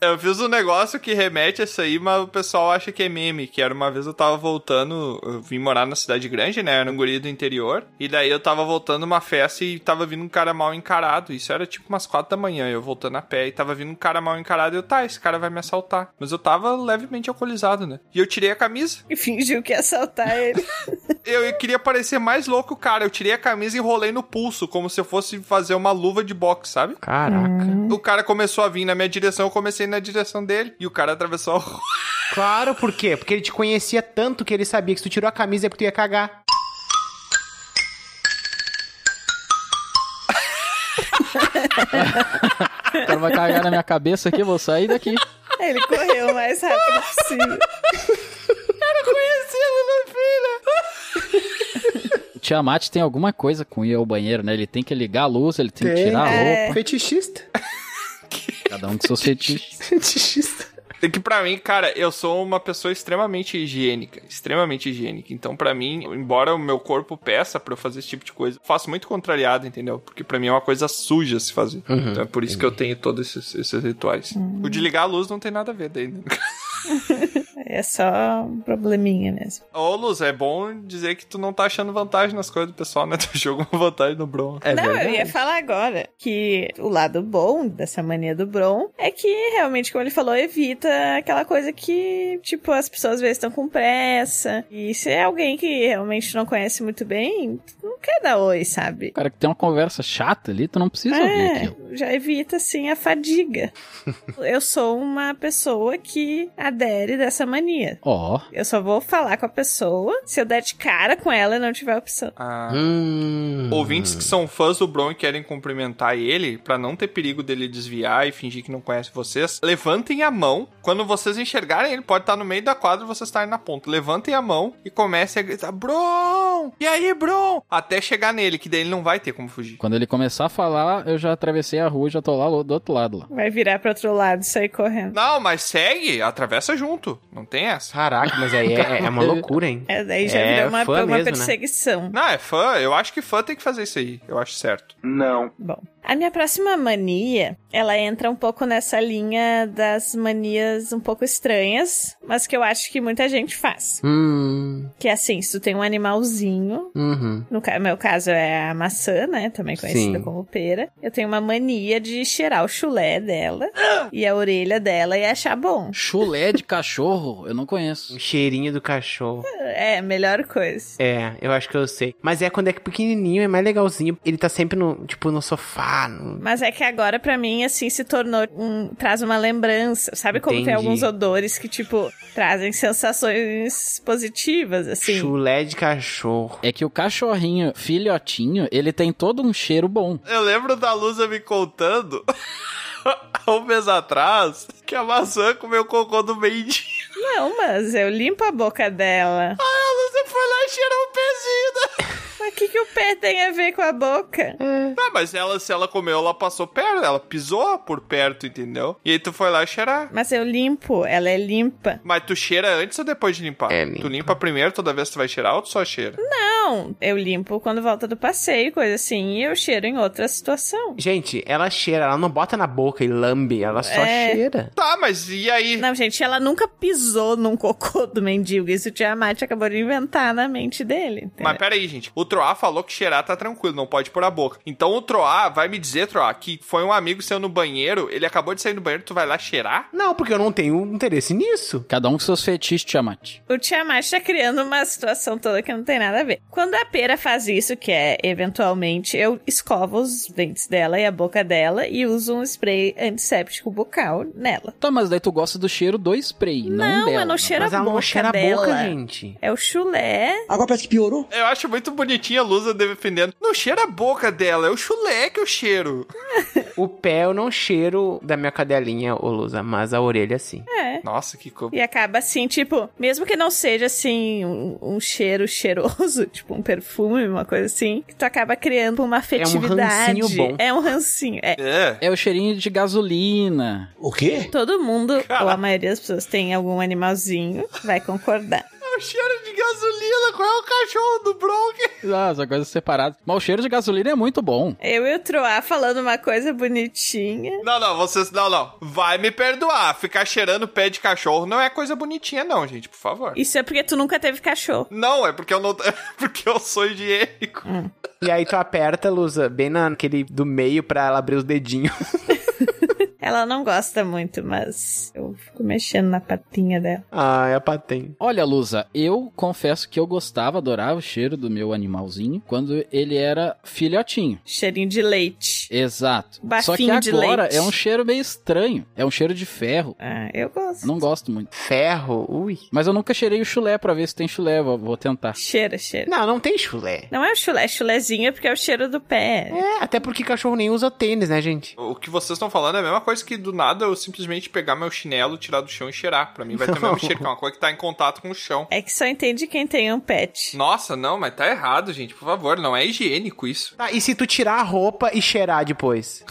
Eu fiz um negócio que remete a isso aí, mas o pessoal acha que é meme. Que era uma vez eu tava voltando, eu vim morar na cidade grande, né? Era um guri do interior. E daí eu tava voltando uma festa e tava vindo um cara mal encarado. Isso era tipo umas quatro da manhã, eu voltando a pé. E tava vindo um cara mal encarado e eu, tá, esse cara vai me assaltar. Mas eu tava levemente alcoolizado, né? E eu tirei a camisa. E fingiu que ia assaltar ele. Eu, eu queria parecer mais louco, cara. Eu tirei a camisa e enrolei no pulso, como se eu fosse fazer uma luva de boxe, sabe? Caraca. Hum. O cara começou a vir na minha direção, eu comecei na direção dele. E o cara atravessou a rua. Claro, por quê? Porque ele te conhecia tanto que ele sabia que se tu tirou a camisa é porque tu ia cagar. O cara vai cagar na minha cabeça aqui, eu vou sair daqui. Aí ele correu o mais rápido possível. O Tiamat tem alguma coisa com ir ao banheiro, né? Ele tem que ligar a luz, ele tem, que tirar a É. roupa. Fetichista. Cada um com seu fetiche. Fetichista. É que pra mim, cara, eu sou uma pessoa extremamente higiênica, extremamente higiênica. Então, pra mim, embora o meu corpo peça pra eu fazer esse tipo de coisa, eu faço muito contrariado, entendeu? Porque pra mim é uma coisa suja se fazer. Uhum. Então é por isso que eu tenho todos esses, esses rituais. O de ligar a luz não tem nada a ver daí, né? É só um probleminha mesmo. Ô, Luz, é bom dizer que tu não tá achando vantagem nas coisas do pessoal, né? Tu jogou uma vantagem no Bron. É Não, verdade. eu ia falar agora que o lado bom dessa mania do Bron é que realmente, como ele falou, evita aquela coisa que, tipo, as pessoas às vezes estão com pressa. E se é alguém que realmente não conhece muito bem, tu não quer dar oi, sabe? O cara que tem uma conversa chata ali, tu não precisa ouvir aquilo. É, já evita, assim, a fadiga. eu sou uma pessoa que adere dessa mania. Ó, Eu só vou falar com a pessoa se eu der de cara com ela e não tiver opção. Ah. Hum. Ouvintes que são fãs do Bron e querem cumprimentar ele, pra não ter perigo dele desviar e fingir que não conhece vocês, levantem a mão. Quando vocês enxergarem, ele pode estar no meio da quadra e vocês estarem na ponta. Levantem a mão e comecem a gritar: Bron! E aí, Bron? Até chegar nele, que daí ele não vai ter como fugir. quando ele começar a falar, eu já atravessei a rua e já tô lá do outro lado lá. Vai virar pro outro lado e sair correndo. Não, mas segue, atravessa junto. Não tem essa. Caraca, mas aí é, é uma loucura, hein? É, daí já É, virou uma, fã uma mesmo, né? perseguição. Não, é fã. Eu acho que fã tem que fazer isso aí. Eu acho certo. Não. Bom, a minha próxima mania, ela entra um pouco nessa linha das manias um pouco estranhas, mas que eu acho que muita gente faz. Hum. Que é assim, se tu tem um animalzinho, Uhum. no ca- meu caso é a maçã, né, também conhecida Sim. como pera, eu tenho uma mania de cheirar o chulé dela Ah! e a orelha dela e achar bom. Chulé de cachorro, eu não conheço. Um cheirinho do cachorro. É, melhor coisa. É, eu acho que eu sei. Mas é quando é pequenininho, é mais legalzinho. Ele tá sempre no, tipo, no sofá. no- Mas é que agora, pra mim, assim, se tornou um. traz uma lembrança. Sabe como tem Entendi. alguns odores que, tipo, trazem sensações positivas, assim? Chulé de cachorro. É que o cachorrinho filhotinho, ele tem todo um cheiro bom. Eu lembro da Lusa me contando, há um mês atrás, que a maçã comeu cocô do meio Não, Não, mas eu limpo a boca dela. Ah, você foi lá e cheirou o pezinho. Mas o que, que o pé tem a ver com a boca? Ah, mas ela, se ela comeu, ela passou perto, ela pisou por perto, entendeu? E aí tu foi lá cheirar. Mas eu limpo, ela é limpa. Mas tu cheira antes ou depois de limpar? É, limpa. Tu limpa primeiro toda vez que tu vai cheirar ou tu só cheira? Não, eu limpo quando volta do passeio, coisa assim, e eu cheiro em outra situação. Gente, ela cheira, ela não bota na boca e lambe, ela só É. cheira. Tá, mas e aí? Não, gente, ela nunca pisou num cocô do mendigo. Isso o Tiamat acabou de inventar na mente dele. Mas peraí, gente. O Troá falou que cheirar tá tranquilo, não pode pôr a boca. Então o Troá vai me dizer, Troá, que foi um amigo seu no banheiro, ele acabou de sair do banheiro, tu vai lá cheirar? Não, porque eu não tenho interesse nisso. Cada um com seus fetiches, Tiamat. O Tiamat tá criando uma situação toda que não tem nada a ver. Quando a pera faz isso, que é eventualmente, eu escovo os dentes dela e a boca dela e uso um spray antisséptico bucal nela. Tá, mas daí tu gosta do cheiro do spray, não, Não, dela. eu não cheiro a boca dela. É o chulé. Agora parece que piorou. Eu acho muito bonitinha a Lusa defendendo. Não cheira a boca dela, é o chulé que eu cheiro. O pé eu não cheiro da minha cadelinha, ô Lusa, mas a orelha sim. É. Nossa, que co... E acaba assim, tipo, mesmo que não seja assim um, um cheiro cheiroso, tipo um perfume, uma coisa assim, que tu acaba criando uma afetividade. rancinho bom. É um rancinho, é. É. o cheirinho de gasolina. O quê? Todo mundo, ou a maioria das pessoas tem algum animalzinho, vai concordar. O cheiro de gasolina, qual é o cachorro do Bronx? Ah, são coisas separadas. Mas o cheiro de gasolina é muito bom. Eu e o Troá falando uma coisa bonitinha. Não, não, vocês. Não, não. Vai me perdoar. Ficar cheirando pé de cachorro não é coisa bonitinha, não, gente, por favor. Isso é porque tu nunca teve cachorro. Não, é porque eu não. porque eu sou higiênico. E aí tu aperta, Lusa, bem naquele do meio pra ela abrir os dedinhos. Ela não gosta muito, mas eu fico mexendo na patinha dela. ah, é a patente. Olha, Lusa, eu confesso que eu gostava, adorava o cheiro do meu animalzinho quando ele era filhotinho. Cheirinho de leite. Exato. Só que Bafinho de agora leite. é um cheiro meio estranho. É um cheiro de ferro. Ah, eu gosto. Não gosto muito. Ferro? Ui. Mas eu nunca cheirei o chulé pra ver se tem chulé. Vou, vou tentar. Cheira, cheira. Não, não tem chulé. Não é o chulé, é chulézinho é porque é o cheiro do pé. É, até porque cachorro nem usa tênis, né, gente? O que vocês estão falando é a mesma coisa que do nada eu simplesmente pegar meu chinelo, tirar do chão e cheirar. Pra mim vai ter o mesmo Não. cheiro, que é uma coisa que tá em contato com o chão. É que só entende quem tem um pet. Nossa, não, mas tá errado, gente. Por favor, não é higiênico isso. Tá, e se tu tirar a roupa e cheirar depois?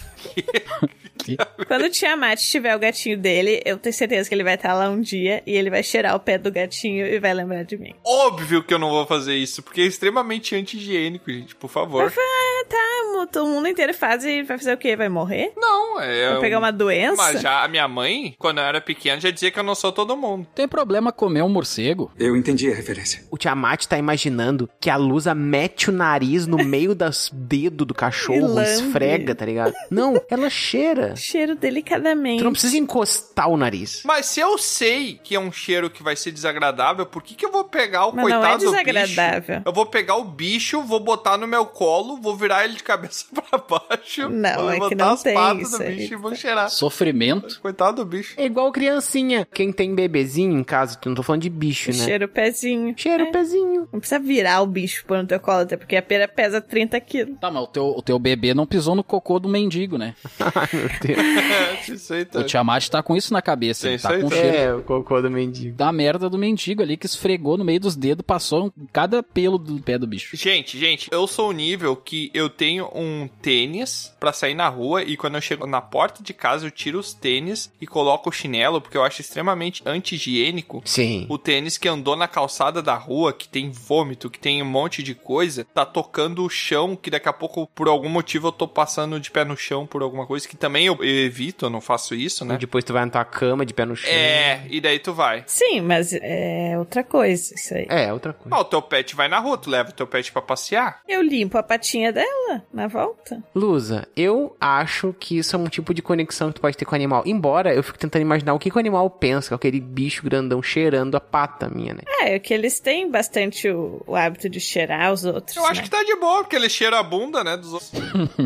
Quando o Tiamat tiver o gatinho dele, eu tenho certeza que ele vai estar lá um dia e ele vai cheirar o pé do gatinho e vai lembrar de mim. Óbvio que eu não vou fazer isso, porque é extremamente anti-higiênico, gente. Por favor. Mas vai, ah, tá, mo- todo mundo inteiro faz e vai fazer o quê? Vai morrer? Não, é. Vai pegar um- uma doença? Mas já a minha mãe, quando eu era pequena, já dizia que eu não sou todo mundo. Tem problema comer um morcego? Eu entendi a referência. O Tiamat tá imaginando que a Lusa mete o nariz no meio das dedos do cachorro, lambe. esfrega, tá ligado? Não, ela cheira. Cheiro delicadamente. Tu não precisa encostar o nariz. Mas se eu sei que é um cheiro que vai ser desagradável, por que, que eu vou pegar o Mas não coitado é do bicho? É desagradável. Eu vou pegar o bicho, vou botar no meu colo, vou virar ele de cabeça pra baixo, Não, vou é que levantar não as tem patas isso do aí. tá. bicho e vou cheirar. Sofrimento? Coitado do bicho. É igual criancinha. Quem tem bebezinho em casa, tu não tô falando de bicho, né? Cheiro o pezinho. Cheira o É. pezinho. Não precisa virar o bicho pôr no teu colo, até porque a pera pesa 30 quilos. Tá, mas o teu, o teu bebê não pisou no cocô do mendigo, né? Ai, meu Deus. É, isso aí tá. O Tiamat tá com isso na cabeça. Tem Ele isso tá aí com o também. cheiro É, o cocô do mendigo. da merda do mendigo ali que esfregou no meio dos dedos, passou em cada pelo do pé do bicho. Gente, gente, eu sou o nível que eu tenho um tênis pra sair na rua e quando eu chego na porta de casa eu tiro os tênis e coloco o chinelo porque eu acho extremamente anti-higiênico Sim. O tênis que andou na calçada da rua, que tem vômito, que tem um monte de coisa, tá tocando o chão, que daqui a pouco, por algum motivo, eu tô passando de pé no chão por alguma coisa, que também eu, eu evito, eu não faço isso, né? Depois tu vai na tua cama de pé no chão. É, e daí tu vai. Sim, mas é outra coisa isso aí. É, outra coisa. Ah, o teu pet vai na rua, tu leva o teu pet pra passear. Eu limpo a patinha dela na volta. Lusa, eu acho que isso é um tipo de conexão que tu pode ter com o animal. Embora eu fico tentando imaginar o que, que o animal pensa, com aquele bicho grandão cheirando a pata minha, né? É, é que eles têm bastante o, o hábito de cheirar os outros. Eu acho né? que tá de boa, porque ele cheira a bunda, né, dos outros.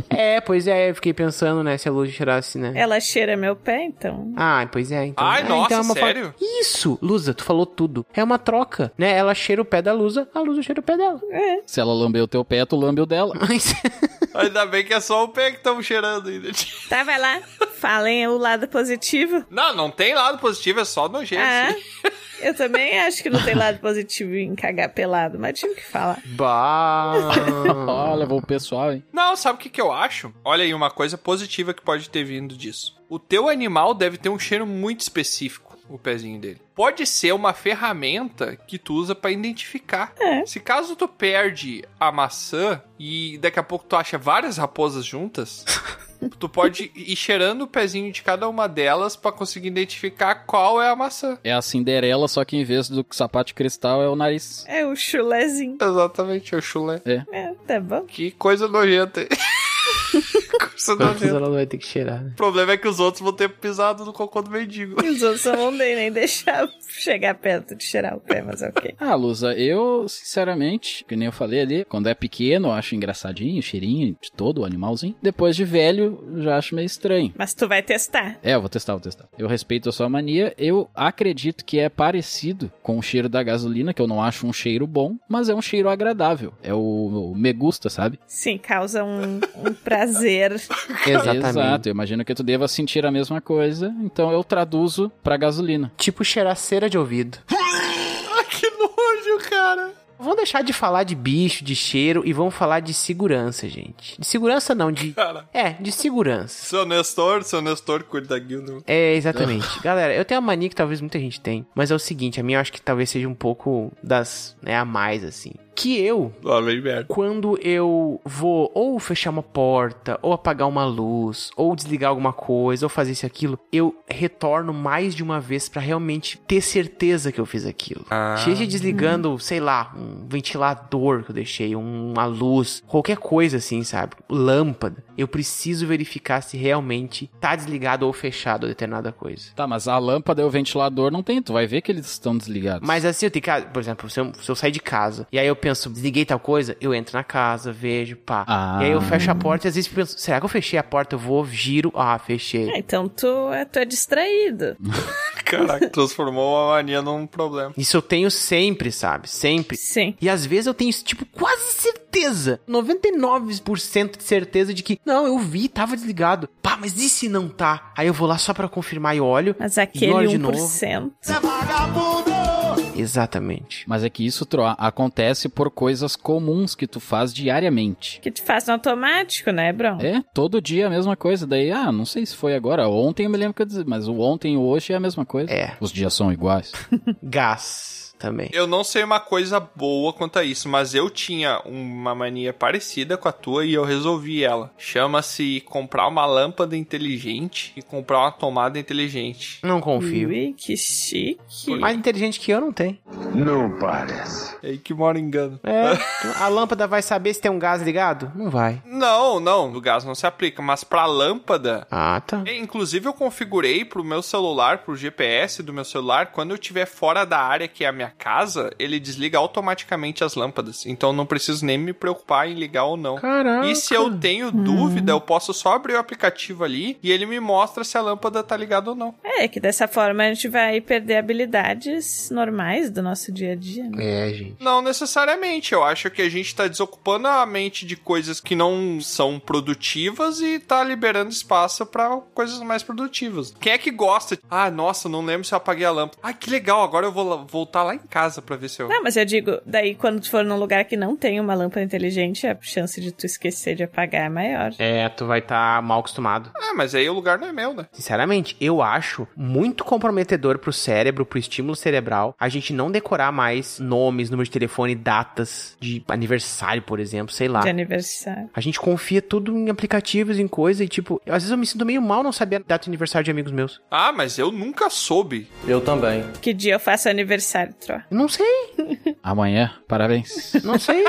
É, pois é, eu fiquei pensando, né, se a Lusa cheirasse, né? Ela cheira meu pé, então. Ah, pois é, então. Ai, Ah, nossa, então é uma fa- sério? Isso, Lusa, tu falou tudo. É uma troca, né? Ela cheira o pé da Lusa, a Lusa cheira o pé dela. É. Se ela lambeu o teu pé, tu lambeu o dela. Mas... Ainda bem que é só o pé que estamos cheirando ainda. Tá, vai lá. Falem o lado positivo. Não, não tem lado positivo, é só nojento. Ah, Eu também acho que não tem lado positivo em cagar pelado, mas tive que falar. Bah! Ó, levou o pessoal, hein? Não, sabe o que, que eu acho? Olha aí, uma coisa positiva que pode ter vindo disso. O teu animal deve ter um cheiro muito específico, o pezinho dele. Pode ser uma ferramenta que tu usa pra identificar. Se caso tu perde a maçã e daqui a pouco tu acha várias raposas juntas, tu pode ir cheirando o pezinho de cada uma delas pra conseguir identificar qual é a maçã. É a Cinderela, só que em vez do sapato de cristal é o nariz. É o chulezinho. Exatamente, é o chulé. É. É, tá bom. Que coisa nojenta. Quantas coisa nojenta. ela vai ter que cheirar, né? O problema é que os outros vão ter pisado no cocô do mendigo. E os outros eu não dei nem deixar chegar perto de cheirar o pé, mas ok. Ah, Lusa, eu, sinceramente, que nem eu falei ali, quando é pequeno eu acho engraçadinho, o cheirinho de todo o animalzinho. Depois de velho, eu já acho meio estranho. Mas tu vai testar. É, eu vou testar, vou testar. Eu respeito a sua mania, eu acredito que é parecido com o cheiro da gasolina, que eu não acho um cheiro bom, mas é um cheiro agradável. É o, o me gusta, sabe? Sim, causa um, um prazer. Exatamente. Exato, eu imagino que tu deva sentir a mesma coisa, então eu traduzo pra gasolina. Tipo cheirar cera de ouvido. Ah, que nojo, cara. Vamos deixar de falar de bicho, de cheiro e vamos falar de segurança, gente. De segurança não, de. Cara. É, de segurança. Seu Nestor, seu Nestor cuida da guilda. É, exatamente. Galera, eu tenho uma mania que talvez muita gente tem, mas é o seguinte, a minha eu acho que talvez seja um pouco das, né, a mais, assim. Que eu, Lá vem merda. quando eu vou ou fechar uma porta, ou apagar uma luz, ou desligar alguma coisa, ou fazer isso e aquilo, eu retorno mais de uma vez pra realmente ter certeza que eu fiz aquilo. Ah. Seja desligando, sei lá, um ventilador que eu deixei, uma luz, qualquer coisa assim, sabe? Lâmpada. Eu preciso verificar se realmente tá desligado ou fechado determinada coisa. Tá, mas a lâmpada e o ventilador não tem, tu vai ver que eles estão desligados. Mas assim, eu tenho que. Por exemplo, se eu, se eu sair de casa e aí eu penso, desliguei tal coisa, eu entro na casa, vejo, pá. Ah. E aí eu fecho a porta e às vezes eu penso, será que eu fechei a porta? Eu vou, giro, ah, fechei. Ah, então tu, é- tu é distraído. Caraca, transformou uma mania num problema. Isso eu tenho sempre, sabe? Sempre. Sim. E às vezes eu tenho, tipo, quase certeza, 99% de certeza de que, não, eu vi, tava desligado. Pá, mas e se não tá? Aí eu vou lá só pra confirmar e olho. Mas E olha aquele de novo. 1%. Exatamente. Mas é que isso, Tro, acontece por coisas comuns que tu faz diariamente. Que te faz no automático, né, Bron? É, todo dia a mesma coisa. Daí, ah, não sei se foi agora. Ontem eu me lembro que eu disse, mas o ontem e o hoje é a mesma coisa. É. Os dias são iguais. Gás também. Eu não sei uma coisa boa quanto a isso, mas eu tinha uma mania parecida com a tua e eu resolvi ela. Chama-se comprar uma lâmpada inteligente e comprar uma tomada inteligente. Não confio. Ui, que chique. Mais inteligente que eu não tem. Não parece. É aí que mora o engano. É. A lâmpada vai saber se tem um gás ligado? Não vai. Não, não, o gás não se aplica, mas pra lâmpada. Ah, tá. É, Inclusive, eu configurei pro meu celular, pro GPS do meu celular, quando eu estiver fora da área que é a minha casa, ele desliga automaticamente as lâmpadas. Então eu não preciso nem me preocupar em ligar ou não. Caraca. E se eu tenho dúvida, eu posso só abrir o aplicativo ali e ele me mostra se a lâmpada tá ligada ou não. É, que dessa forma a gente vai perder habilidades normais do nosso dia a dia. né? É, gente. Não necessariamente, eu acho que a gente tá desocupando a mente de coisas que não são produtivas e tá liberando espaço pra coisas mais produtivas. Quem é que gosta? de, Ah, nossa, não lembro se eu apaguei a lâmpada. Ah, que legal, agora eu vou lá- voltar lá em casa pra ver se eu. Não, mas eu digo, daí quando tu for num lugar que não tem uma lâmpada inteligente, a chance de tu esquecer de apagar é maior. É, tu vai estar mal acostumado. Ah, mas aí o lugar não é meu, né? Sinceramente, eu acho muito comprometedor pro cérebro, pro estímulo cerebral, a gente não decorar mais nomes, número de telefone, datas de aniversário, por exemplo, sei lá. De aniversário. A gente confia tudo em aplicativos, em coisa, e tipo, às vezes eu me sinto meio mal não saber a data de aniversário de amigos meus. Ah, mas eu nunca soube. Eu também. Que dia eu faço aniversário, Tro? Eu não sei, Amanhã, parabéns. não sei.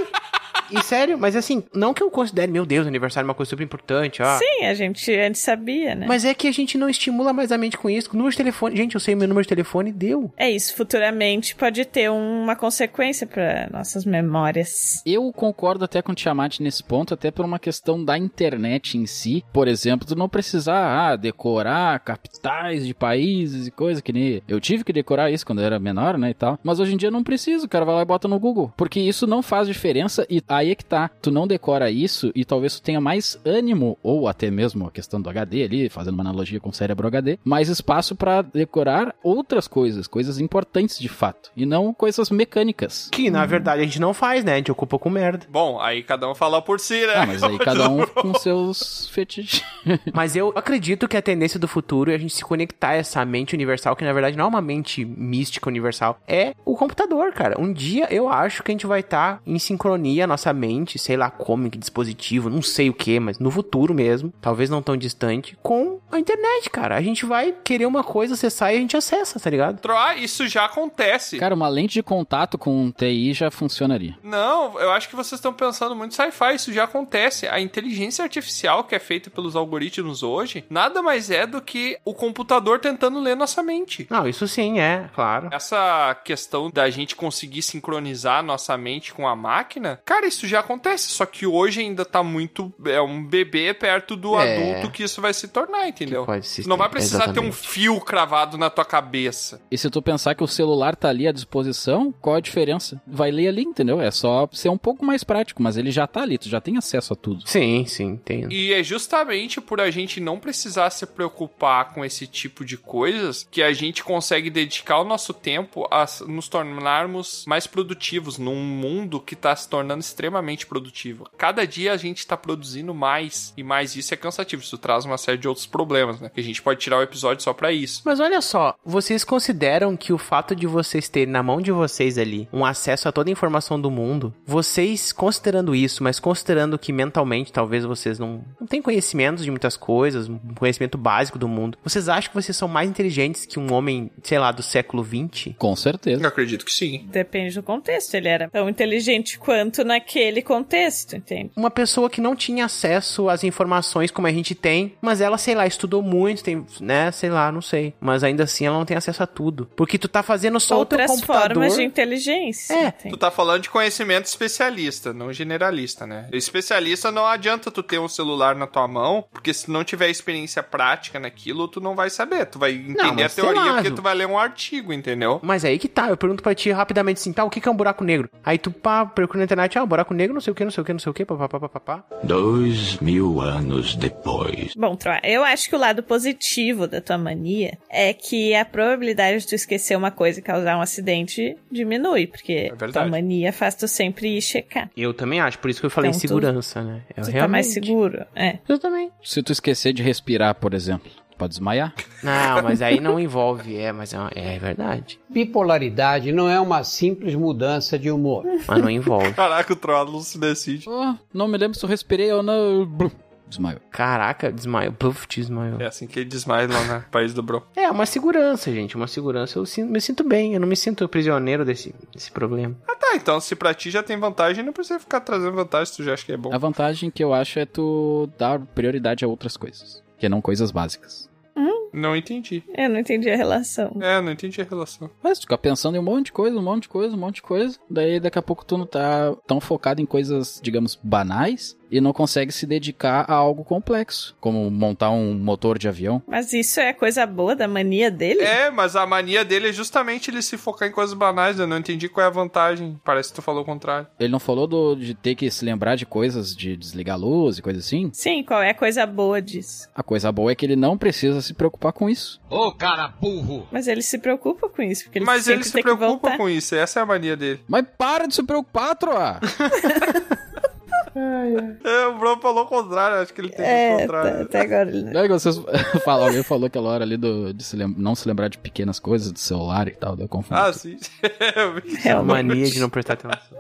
E sério, mas assim, não que eu considere, meu Deus, aniversário é uma coisa super importante, ó. Sim, a gente antes sabia, né? Ah. Mas é que a gente não estimula mais a mente com isso. Número de telefone. Gente, eu sei meu número de telefone, deu. É isso, futuramente pode ter um, uma consequência para nossas memórias. Eu concordo até com o Tiamat nesse ponto, até por uma questão da internet em si. Por exemplo, tu não precisar ah, decorar capitais de países e coisa que nem. Eu tive que decorar isso quando eu era menor, né? E tal. Mas hoje em dia eu não preciso, o cara vai lá e bota no Google. Porque isso não faz diferença e a aí é que tá. Tu não decora isso e talvez tu tenha mais ânimo, ou até mesmo a questão do HD ali, fazendo uma analogia com o cérebro HD, mais espaço pra decorar outras coisas, coisas importantes de fato, e não coisas mecânicas. Que na verdade a gente não faz, né? A gente ocupa com merda. Bom, aí cada um fala por si, né? Ah, mas aí cada um com seus fetiches. Mas eu acredito que a tendência do futuro é a gente se conectar a essa mente universal, que na verdade não é uma mente mística universal, é o computador, cara. Um dia eu acho que a gente vai estar em sincronia a nossa mente, sei lá como, em que dispositivo, não sei o que, mas no futuro mesmo, talvez não tão distante, com a internet, cara. A gente vai querer uma coisa, acessar e a gente acessa, tá ligado? Troá, "Ah, isso já acontece. Cara, uma lente de contato com TI já funcionaria. Não, eu acho que vocês estão pensando muito sci-fi, isso já acontece. A inteligência artificial que é feita pelos algoritmos hoje, nada mais é do que o computador tentando ler nossa mente. Não, isso sim, é, claro. Essa questão da gente conseguir sincronizar nossa mente com a máquina, cara, isso já acontece, só que hoje ainda tá muito é um bebê perto do É. adulto que isso vai se tornar, entendeu? Que pode se- Tu não vai precisar ter um exatamente. fio cravado na tua cabeça. E se tu pensar que o celular tá ali à disposição, qual a diferença? Vai ler ali, entendeu? É só ser um pouco mais prático, mas ele já tá ali, tu já tem acesso a tudo. Sim, sim, tem. E é justamente por a gente não precisar se preocupar com esse tipo de coisas que a gente consegue dedicar o nosso tempo a s- nos tornarmos mais produtivos num mundo que está se tornando extremamente produtivo. Cada dia a gente está produzindo mais e mais isso é cansativo. Isso traz uma série de outros problemas, né? Que a gente pode tirar o episódio só pra isso. Mas olha só, vocês consideram que o fato de vocês terem na mão de vocês ali um acesso a toda a informação do mundo, vocês considerando isso, mas considerando que mentalmente talvez vocês não, não têm conhecimento de muitas coisas, um conhecimento básico do mundo, vocês acham que vocês são mais inteligentes que um homem, sei lá, do século XX? Com certeza. Eu acredito que sim. Depende do contexto. Ele era tão inteligente quanto naquele contexto, entende? Uma pessoa que não tinha acesso às informações como a gente tem, mas ela, sei lá, estudou muito, tem, né, sei lá, não sei. Mas ainda assim ela não tem acesso a tudo. Porque tu tá fazendo só Outras o teu computador. formas de inteligência. É. entende? Tu tá falando de conhecimento especialista, não generalista, né? Especialista não adianta tu ter um celular na tua mão, porque se não tiver experiência prática naquilo, tu não vai saber. Tu vai entender a mas sei teoria lá, porque Ju. tu vai ler um artigo, entendeu? Mas aí que tá, eu pergunto pra ti rapidamente assim, tá, o que que é um buraco negro? Aí tu pá, procura na internet, ah, um buraco negro, não sei o que, não sei o que, não sei o que, papapá, papapá. Dois mil anos depois. Bom, Troa, eu acho que o lado positivo da tua mania é que a probabilidade de tu esquecer uma coisa e causar um acidente diminui, porque É verdade. tua mania faz tu sempre ir checar. Eu também acho, por isso que eu falei Então, tu- segurança, né? Eu Tu realmente... tá mais seguro, é. Eu também. Se tu esquecer de respirar, por exemplo, pode desmaiar. Não, mas aí não envolve, é, mas é, uma- é verdade. Bipolaridade não é uma simples mudança de humor. Mas não envolve. Caraca, o Trollus se decide. Ah, não me lembro se eu respirei ou não. Blum, Desmaiou. Caraca, desmaiou, puff, desmaiou. É assim que ele desmaia lá no país do Bro. É, uma segurança, gente, uma segurança. Eu sinto- me sinto bem, eu não me sinto prisioneiro desse, desse problema. Ah tá, então se pra ti já tem vantagem, não precisa ficar trazendo vantagem se tu já acha que é bom. Ah. A vantagem que eu acho é tu dar prioridade a outras coisas, que não coisas básicas. Não entendi. Eu não entendi a relação. É, não entendi a relação. Mas tu fica pensando em um monte de coisa, um monte de coisa, um monte de coisa. Daí daqui a pouco tu não tá tão focado em coisas, digamos, banais e não consegue se dedicar a algo complexo, como montar um motor de avião. Mas isso é coisa boa da mania dele? É, mas a mania dele é justamente ele se focar em coisas banais, eu não entendi qual é a vantagem. Parece que tu falou o contrário. Ele não falou do- de ter que se lembrar de coisas, de desligar a luz e coisa assim? Sim, qual é a coisa boa disso? A coisa boa é que ele não precisa se preocupar com isso. Ô cara burro! Mas ele se preocupa com isso, porque ele Mas sempre ele se tem que preocupa voltar. com isso, essa é a mania dele. Mas para de se preocupar, Troa! É, o Bruno falou o contrário, acho que ele tem o É, contrário. tá- até agora ele Não é que vocês falam, alguém falou aquela hora ali do, de se lem- não se lembrar de pequenas coisas, do celular e tal, deu confusão. Ah, sim. Eu vi. É uma mania de não prestar atenção.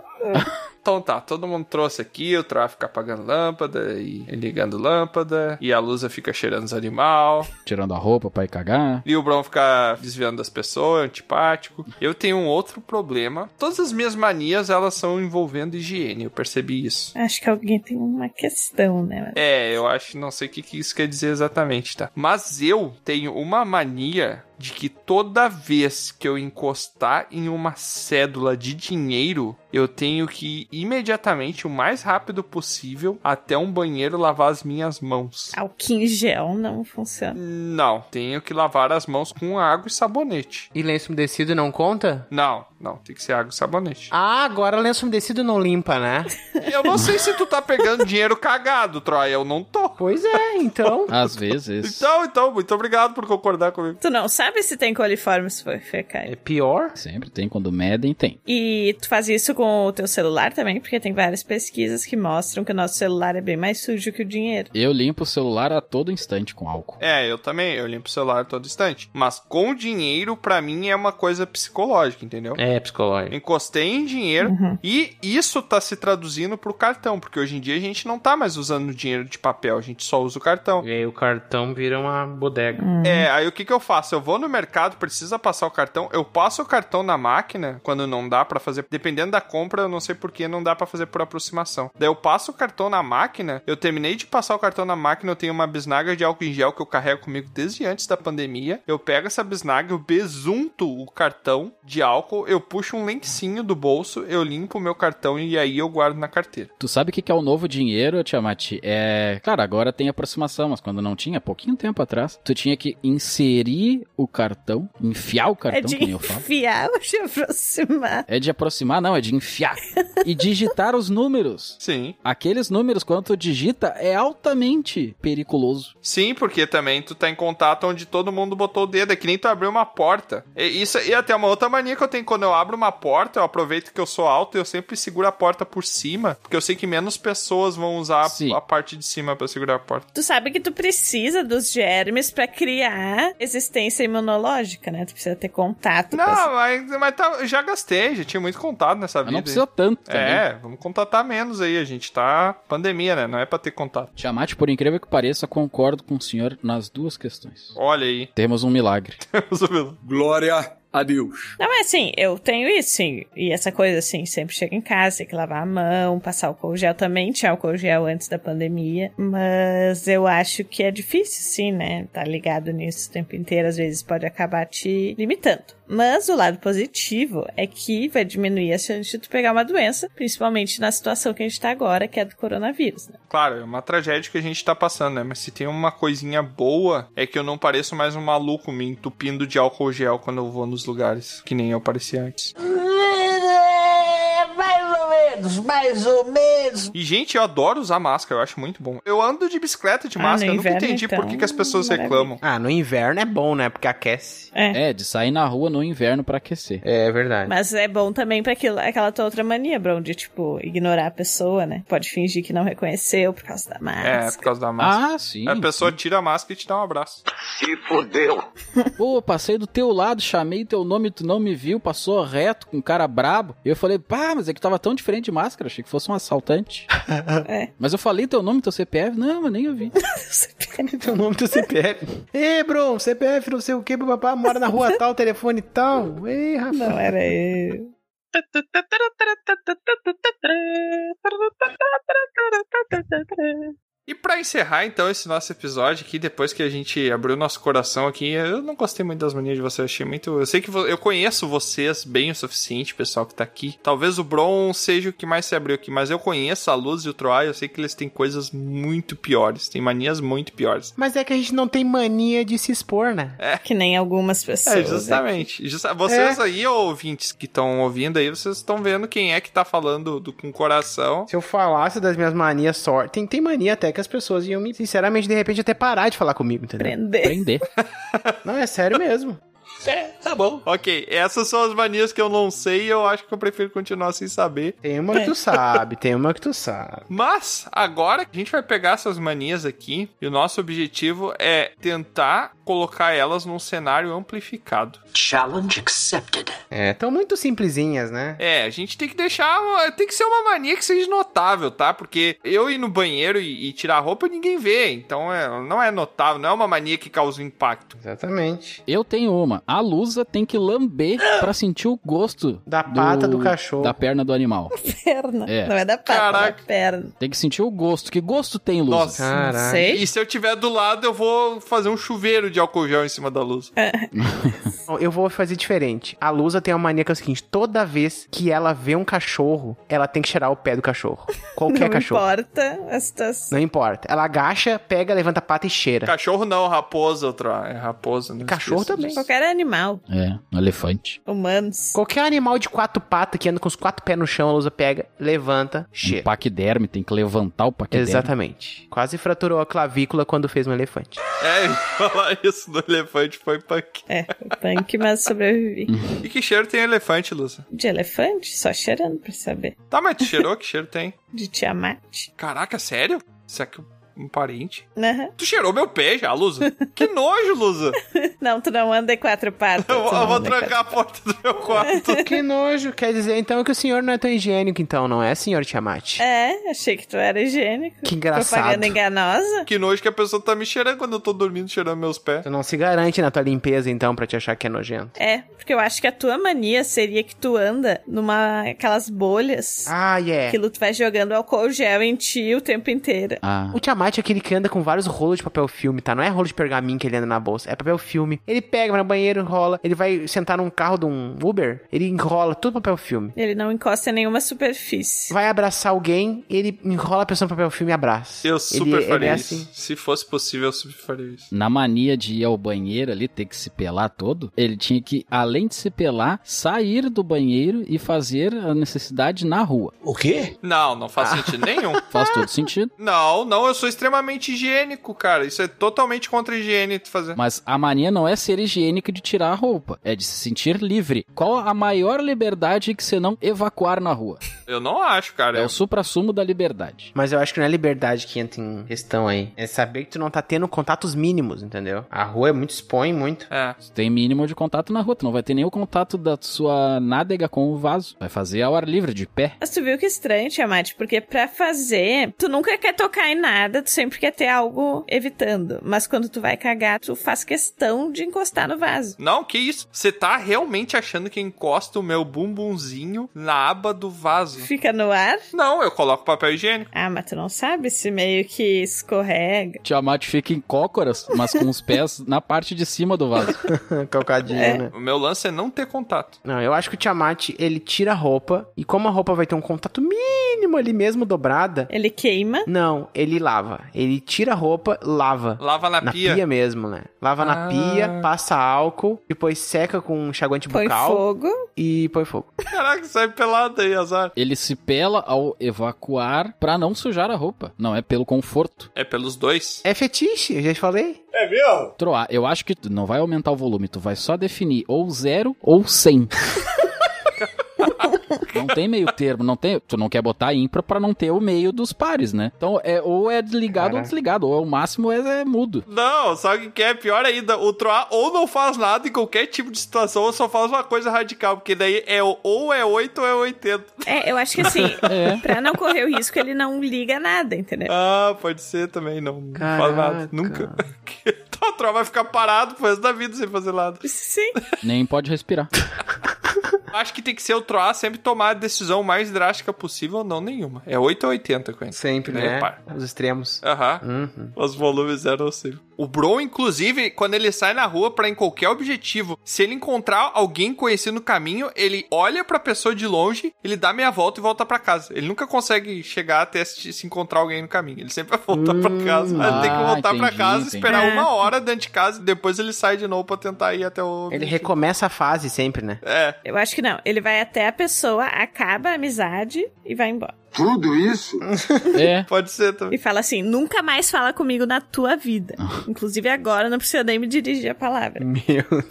então tá, todo mundo trouxe aqui, o Troá fica apagando lâmpada e ligando lâmpada, e a Lusa fica cheirando os animal, Tirando a roupa pra ir cagar. e o Bron fica desviando das pessoas, antipático. Eu tenho um outro problema. Todas as minhas manias, elas são envolvendo higiene, eu percebi isso. Acho que alguém tem uma questão, né? É, eu acho, não sei o que, que isso quer dizer exatamente, tá? Mas eu tenho uma mania de que toda vez que eu encostar em uma cédula de dinheiro, eu tenho que ir imediatamente, o mais rápido possível, até um banheiro lavar as minhas mãos. Álcool em gel não funciona. Não, tenho que lavar as mãos com água e sabonete. E lenço umedecido não conta? Não, não, tem que ser água e sabonete. Ah, agora lenço umedecido não limpa, né? Eu não sei se tu tá pegando dinheiro cagado, Troia, eu não tô. Pois é, então. Às vezes. Então, então, muito obrigado por concordar comigo. Tu não sabe se tem coliformes fecais. É pior? Sempre tem, quando medem, tem. E tu faz isso com o teu celular também, porque tem várias pesquisas que mostram que o nosso celular é bem mais sujo que o dinheiro. Eu limpo o celular a todo instante com álcool. É, eu também, eu limpo o celular todo instante. Mas com dinheiro, pra mim, é uma coisa psicológica, entendeu? É, psicológico. Encostei em dinheiro Uhum. e isso tá se traduzindo pro cartão, porque hoje em dia a gente não tá mais usando dinheiro de papel, a gente só usa o cartão. E aí o cartão vira uma bodega. É, aí o que que eu faço? Eu vou no mercado, precisa passar o cartão, eu passo o cartão na máquina, quando não dá pra fazer, dependendo da compra, eu não sei por que não dá pra fazer por aproximação. Daí eu passo o cartão na máquina, eu terminei de passar o cartão na máquina, eu tenho uma bisnaga de álcool em gel que eu carrego comigo desde antes da pandemia. Eu pego essa bisnaga, eu besunto o cartão de álcool, eu puxo um lencinho do bolso, eu limpo o meu cartão e aí eu guardo na carteira. Tu sabe o que que é o novo dinheiro, Tiamat? É. Cara, agora tem aproximação, mas quando não tinha, pouquinho tempo atrás, tu tinha que inserir o cartão, enfiar o cartão, é de que nem eu falo. enfiar ou de aproximar. É de aproximar, não, é de enfiar. e digitar os números. Sim. Aqueles números, quando tu digita, é altamente periculoso. Sim, porque também tu tá em contato onde todo mundo botou o dedo, é que nem tu abriu uma porta. E isso e até uma outra mania que eu tenho quando eu abro uma porta, eu aproveito que eu sou alto e eu sempre seguro a porta por cima, porque eu sei que menos pessoas vão usar Sim. a, a parte de cima pra segurar a porta. Tu sabe que tu precisa dos germes pra criar resistência imunológica, né? Tu precisa ter contato com essa- Não, mas, mas tá- eu já gastei, já tinha muito contato nessa Mas vida. não Tá hein? precisa tanto também. É, vamos contatar menos aí, a gente tá pandemia, né? Não é pra ter contato. Tiamat, por incrível que pareça, concordo com o senhor nas duas questões. Olha aí. Temos um milagre. Glória a Deus. Não, mas assim, eu tenho isso, sim. E essa coisa, assim, sempre chega em casa, tem que lavar a mão, passar álcool gel também. Tinha álcool gel antes da pandemia. Mas eu acho que é difícil, sim, né? Tá ligado nisso o tempo inteiro, às vezes pode acabar te limitando. Mas o lado positivo é que vai diminuir a chance de tu pegar uma doença, principalmente na situação que a gente tá agora, que é do coronavírus, né? Claro, é uma tragédia que a gente tá passando, né? Mas se tem uma coisinha boa, é que eu não pareço mais um maluco me entupindo de álcool gel quando eu vou nos lugares, que nem eu parecia antes. É, mais ou menos, mais ou menos. E, gente, eu adoro usar máscara, eu acho muito bom. Eu ando de bicicleta de Ah, máscara, no eu nunca inverno, entendi por que, então, que as pessoas maravilha. reclamam. Ah, no inverno é bom, né? Porque aquece. É. É, de sair na rua no inverno pra aquecer. É, verdade. Mas é bom também pra aquilo- aquela tua outra mania, Brown, de, tipo, ignorar a pessoa, né? Pode fingir que não reconheceu por causa da É, máscara. por causa da máscara. Ah, sim. a pessoa tira a máscara e te dá um abraço. Se fudeu. Pô, passei do teu lado, chamei teu nome, tu não me viu, passou reto com um cara brabo. E eu falei, pá, mas é que tava tão diferente de máscara, achei que fosse um assaltante. É. Mas eu falei teu nome, teu CPF, não, mas nem ouvi. Teu um nome do CPF. Ê, bro, CPF não sei o que, papá, mora na rua tal, telefone tal. Ei, rapaz. Não era eu. E pra encerrar, então, esse nosso episódio aqui, depois que a gente abriu nosso coração aqui, eu não gostei muito das manias de vocês, achei muito... Eu sei que vo- eu conheço vocês bem o suficiente, pessoal que tá aqui. Talvez o Bron seja o que mais se abriu aqui, mas eu conheço a Luz e o Troy, eu sei que eles têm coisas muito piores, têm manias muito piores. Mas é que a gente não tem mania de se expor, né? Que nem algumas pessoas. né? É, justamente. Justa- Vocês aí, ouvintes que estão ouvindo aí, vocês estão vendo quem é que tá falando do, com o coração. Se eu falasse das minhas manias só. Tem, tem mania até que as pessoas iam me, sinceramente, de repente até parar de falar comigo, entendeu? Prender. Prender. Não, é sério mesmo. Tá bom. Ok, essas são as manias que eu não sei e eu acho que eu prefiro continuar sem saber. Tem uma que tu sabe, tem uma que tu sabe. Mas agora a gente vai pegar essas manias aqui e o nosso objetivo é tentar colocar elas num cenário amplificado. Challenge accepted. É, tão muito simplesinhas, né? É, a gente tem que deixar. uma- Tem que ser uma mania que seja notável, tá? Porque eu ir no banheiro e, e tirar a roupa ninguém vê. Então é- não é notável, não é uma mania que causa impacto. Exatamente. Eu tenho uma. A Lusa tem que lamber pra sentir o gosto Da pata do cachorro. Da perna do animal. Perna. É. Não é da pata, é Caraca. da perna. Tem que sentir o gosto. Que gosto tem, Lusa? Nossa. Caraca. Sei. E se eu tiver do lado, eu vou fazer um chuveiro de álcool gel em cima da luz. É. Bom, Eu vou fazer diferente. A Lusa tem uma mania que é o seguinte: toda vez que ela vê um cachorro, ela tem que cheirar o pé do cachorro. Qualquer Não cachorro. importa a situação. Não importa. Ela agacha, pega, levanta a pata e cheira. Cachorro não, raposa, outra. É raposa, né? Cachorro Esqueça também. disso. Qualquer animal. É, um elefante. Humanos. Qualquer animal de quatro patas que anda com os quatro pés no chão, a Lusa pega, levanta, Um É. cheira. paquiderme, tem que levantar o paquiderme. Exatamente. Quase fraturou a clavícula quando fez um elefante. É, falar isso do elefante foi punk. É, foi punk, mas sobrevivi. E que cheiro tem elefante, Lúcia? De elefante? Só cheirando pra saber. Tá, mas tu cheirou? Que cheiro tem? De Tiamat. Caraca, sério? Será que um parente? Aham. Tu cheirou meu pé já, Lusa? Que nojo, Lusa! Não, tu não anda em quatro patas. Eu, vou- tu não eu vou né, anda em quatro- trancar a porta do meu quarto. que nojo. Quer dizer então que o senhor não é tão higiênico, então, não é, senhor Tiamat? É, achei que tu era higiênico. Que engraçado. Propaganda enganosa. Que nojo que a pessoa tá me cheirando quando eu tô dormindo, cheirando meus pés. Tu não se garante na tua limpeza, então, pra te achar que é nojento. É, porque eu acho que a tua mania seria que tu anda numa aquelas bolhas. Ah, é. Aquilo tu vai jogando álcool gel em ti o tempo inteiro. Ah. O Tiamat é aquele que anda com vários rolos de papel filme, tá? Não é rolo de pergaminho que ele anda na bolsa, é papel filme. Ele pega, vai no banheiro, enrola. Ele vai sentar num carro de um Uber, ele enrola tudo papel filme. Ele não encosta em nenhuma superfície. Vai abraçar alguém, ele enrola a pessoa no papel filme e abraça. Eu super ele faria é isso. assim. Se fosse possível, eu super faria isso. Na mania de ir ao banheiro ali, ter que se pelar todo, ele tinha que, além de se pelar, sair do banheiro e fazer a necessidade na rua. O quê? Não, não Ah. faz sentido nenhum. Faz todo sentido. Não, não, eu sou extremamente higiênico, cara. Isso é totalmente contra a higiene tu fazer. Mas a mania não é ser higiênica de tirar a roupa, é de se sentir livre. Qual a maior liberdade que você não evacuar na rua? Eu não acho, cara. É o suprassumo da liberdade. Mas eu acho que não é liberdade que entra em questão aí. É saber que tu não tá tendo contatos mínimos, entendeu? A rua é muito expõe muito. É. Tu tem mínimo de contato na rua, tu não vai ter nenhum contato da sua nádega com o vaso. Vai fazer ao ar livre, de pé. Mas tu viu que estranho, Tiamat, porque pra fazer, tu nunca quer tocar em nada, tu sempre quer ter algo evitando. Mas quando tu vai cagar, tu faz questão de encostar no vaso. Não, que isso? Você tá realmente achando que encosta o meu bumbumzinho na aba do vaso? Fica no ar? Não, eu coloco papel higiênico. Ah, mas tu não sabe se meio que escorrega. Tiamat fica em cócoras, mas com os pés na parte de cima do vaso. Calcadinho, né? O meu lance é não ter contato. Não, eu acho que o Tiamat, ele tira a roupa, e como a roupa vai ter um contato mínimo ali mesmo dobrada... Ele queima? Não, ele lava. Ele tira a roupa, lava. Lava na, Na pia. mesmo, né? Lava na Ah. pia, passa álcool, depois seca com um enxaguante Põe bucal. fogo. E põe fogo. Caraca, sai pelado aí, azar. Ele se pela ao evacuar pra não sujar a roupa. Não é pelo conforto. É pelos dois. É fetiche, eu já te falei. É meu? Troar, eu acho que tu não vai aumentar o volume, tu vai só definir ou zero ou 100. Não tem meio termo, não tem, tu não quer botar ímpar pra não ter o meio dos pares, né? Então é ou é ligado ou Caraca. desligado, ou é o máximo ou é, é mudo. Não, sabe o que é? Pior ainda, o Troar ou não faz nada em qualquer tipo de situação, ou só faz uma coisa radical, porque daí é o- ou é 8 ou é 80. É, eu acho que assim, É. pra não correr o risco, ele não liga nada, entendeu? Ah, pode ser também, não. Não faz nada, Caraca. nunca. então o Troar vai ficar parado pro resto da vida sem fazer nada. Sim. Nem pode respirar. Acho que tem que ser o Troar sempre tomar a decisão mais drástica possível, não nenhuma. É 8 ou 80 com ele. Sempre, Ah. né? Os extremos. Uhum. Aham. Os volumes eram assim. O Bron, inclusive, quando ele sai na rua pra ir em qualquer objetivo, se ele encontrar alguém conhecido no caminho, ele olha pra pessoa de longe, ele dá meia volta e volta pra casa. Ele nunca consegue chegar até se se encontrar alguém no caminho. Ele sempre vai voltar pra casa. Ele tem que ah, voltar pra entendi, casa, entendi. esperar É. uma hora dentro de casa e depois ele sai de novo pra tentar ir até o. Ele recomeça a fase sempre, né? É. Eu acho que não. Ele vai até a pessoa, acaba a amizade e vai embora. Tudo isso? É. Pode ser também. E fala assim: nunca mais fala comigo na tua vida. Inclusive agora, não precisa nem me dirigir a palavra. Meu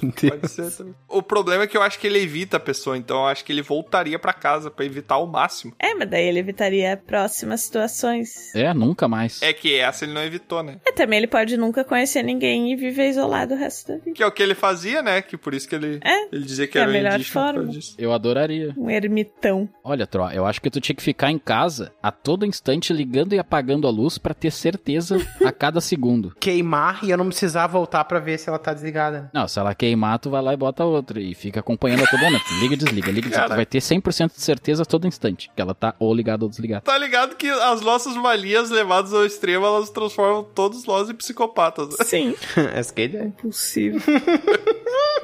Deus. O problema é que eu acho que ele evita a pessoa, então eu acho que ele voltaria pra casa pra evitar ao máximo. É, mas daí ele evitaria próximas situações. É, nunca mais. É que essa ele não evitou, né? É, também ele pode nunca conhecer ninguém e viver isolado o resto da vida. Que é o que ele fazia, né? Que por isso que ele, ele dizia que é a era um melhor indígena por forma. causa disso. Eu adoraria. Um ermitão. Olha, Tro, eu acho que tu tinha que ficar em casa a todo instante ligando e apagando a luz pra ter certeza a cada segundo. Queimar e eu não precisar voltar pra ver se ela tá desligada. Não, se ela queimar, tu vai lá e bota outra e fica acompanhando a todo momento. Liga e desliga, liga e desliga. Tu vai ter 100% de certeza a todo instante que ela tá ou ligada ou desligada. Tá ligado que as nossas manias levadas ao extremo, elas transformam todos nós em psicopatas. né? Sim. Essa que é a ideia. Impossível.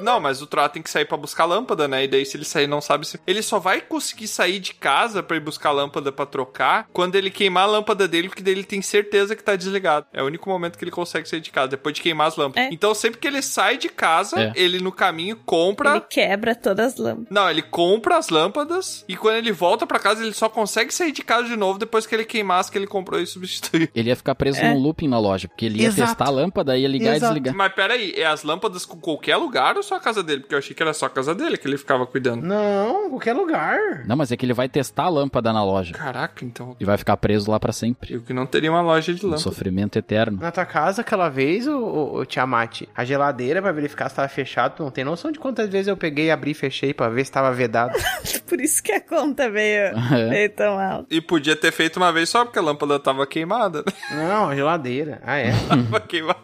Não, mas o Troá tem que sair pra buscar a lâmpada, né? E daí se ele sair, não sabe se... Ele só vai conseguir sair de casa pra ir buscar a lâmpada pra trocar quando ele queimar a lâmpada dele, porque daí ele tem certeza que tá desligado. É o único momento que ele consegue sair de casa, depois de queimar as lâmpadas. É. Então sempre que ele sai de casa, É. ele no caminho compra... Ele quebra todas as lâmpadas. Não, ele compra as lâmpadas e quando ele volta pra casa, ele só consegue sair de casa de novo depois que ele queimar as que ele comprou e substituiu. Ele ia ficar preso É. num looping na loja, porque ele ia Exato. testar a lâmpada, ia ligar Exato. e desligar. Mas peraí, é as lâmpadas com qualquer lugar ou só a casa dele? Porque eu achei que era só a casa dele que ele ficava cuidando. Não, qualquer lugar. Não, mas é que ele vai testar a lâmpada na loja Caraca, então. e vai ficar preso lá pra sempre. Eu que não teria uma loja de Um lâmpadas. sofrimento eterno. Na tua casa, aquela vez, o, o, Tiamat, a geladeira pra verificar se tava fechado, tu não tem noção de quantas vezes eu peguei, abri e fechei pra ver se tava vedado. Por isso que a conta veio, veio tão alta. E podia ter feito uma vez só porque a lâmpada tava queimada. né? não, a geladeira. Ah, é? tava queimada.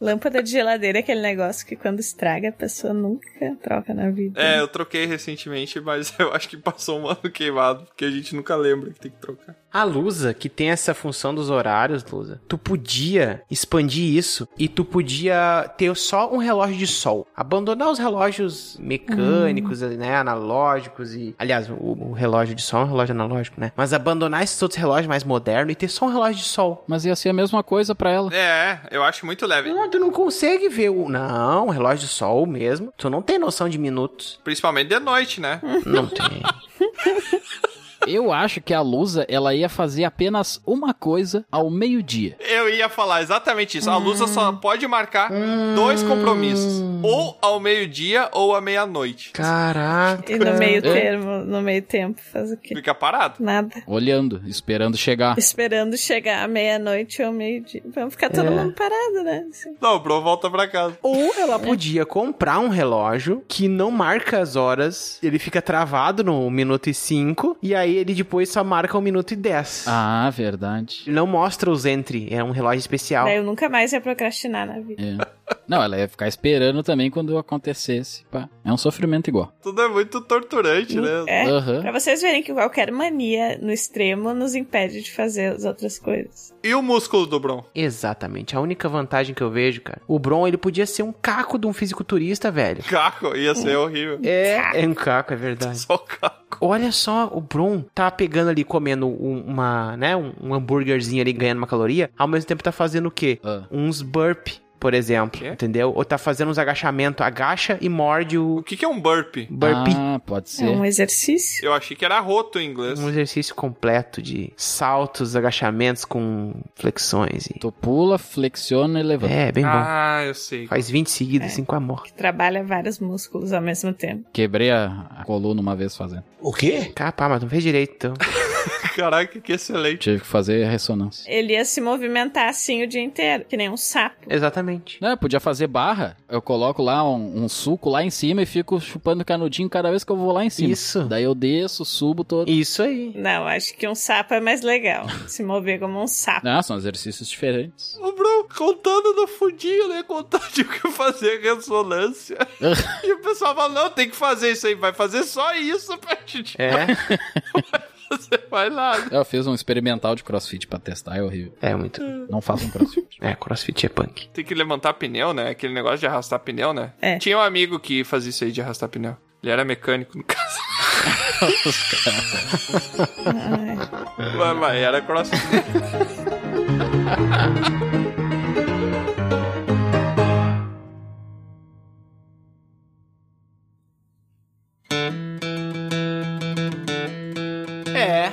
Lâmpada de geladeira é aquele negócio que quando estraga a pessoa nunca troca na vida. É, eu troquei recentemente, mas eu acho que passou um ano queimado, porque a gente nunca lembra que tem que trocar. A Lusa, que tem essa função dos horários, Lusa, tu podia expandir isso e tu podia ter só um relógio de sol. Abandonar os relógios mecânicos, né, analógicos e... Aliás, o, o relógio de sol é um relógio analógico, né? Mas abandonar esses outros relógios mais modernos e ter só um relógio de sol. Mas ia ser a mesma coisa pra ela. É, eu acho muito leve. Não, tu não consegue ver o... Não, o relógio de sol mesmo. Tu não tem noção de minutos. Principalmente de noite, né? Não tem. Eu acho que a Lusa, ela ia fazer apenas uma coisa ao meio-dia. Eu ia falar exatamente isso. A Lusa só Hum. pode marcar dois compromissos. Ou ao meio-dia ou à meia-noite. Caraca. E no meio É. termo, no meio tempo, faz o quê? Fica parado. Nada. Olhando, esperando chegar. Esperando chegar à meia-noite ou meio-dia. Vamos ficar todo É. mundo parado, né? Assim. É. Não, o Bro volta pra casa. Ou ela podia comprar um relógio que não marca as horas, ele fica travado no minuto e 5, e aí ele depois só marca o minuto e 10. Ah, verdade. Ele não mostra os entre, é um relógio especial. Daí eu nunca mais ia procrastinar na vida. É. Não, ela ia ficar esperando também quando acontecesse. pá. É um sofrimento igual. Tudo é muito torturante, né? É. Aham. Pra vocês verem que qualquer mania no extremo nos impede de fazer as outras coisas. E o músculo do Bron? Exatamente, a única vantagem que eu vejo, cara, o Bron ele podia ser um caco de um fisiculturista, velho. Caco, ia ser horrível. É, é um caco, é verdade. Só o caco. Olha só, o Bron tá pegando ali, comendo um- uma, né, um, um hambúrguerzinho ali, ganhando uma caloria, ao mesmo tempo tá fazendo o quê? Ah. Uns burp, por exemplo, Quê? entendeu? Ou tá fazendo uns agachamento, agacha e morde o O que, que é um burpee? burpee. Ah, pode É um ser. exercício. Eu achei que era roto em inglês. Um exercício completo de saltos, agachamentos com flexões e... Tu pula, flexiona e levanta. É, bem Ah, eu sei. bom. Faz 20 seguidas, é 5 a Que morte. trabalha vários músculos ao mesmo tempo. Quebrei a, a coluna uma vez fazendo. O quê? Capá, mas não fez direito, então. Caraca, que excelente. Tive que fazer ressonância. Ele ia se movimentar assim o dia inteiro, que nem um sapo. Exatamente. Não, eu podia fazer barra. Eu coloco lá um, um suco lá em cima e fico chupando canudinho cada vez que eu vou lá em cima. Isso. Daí eu desço, subo todo. Isso aí. Não, acho que um sapo é mais legal. Se mover como um sapo. Ah, são exercícios diferentes. O Bron contando no fundinho, né? Contando de que fazer ressonância. e o pessoal fala, não, tem que fazer isso aí. Vai fazer só isso pra gente. É, Você vai lá. Eu fiz um experimental de crossfit pra testar, é horrível. é muito. Não façam crossfit. É, crossfit é punk. Tem que levantar pneu, né? Aquele negócio de arrastar pneu, né? É. Tinha um amigo que fazia isso aí de arrastar pneu. Ele era mecânico, no caso. Ah, mas, mas era crossfit. É,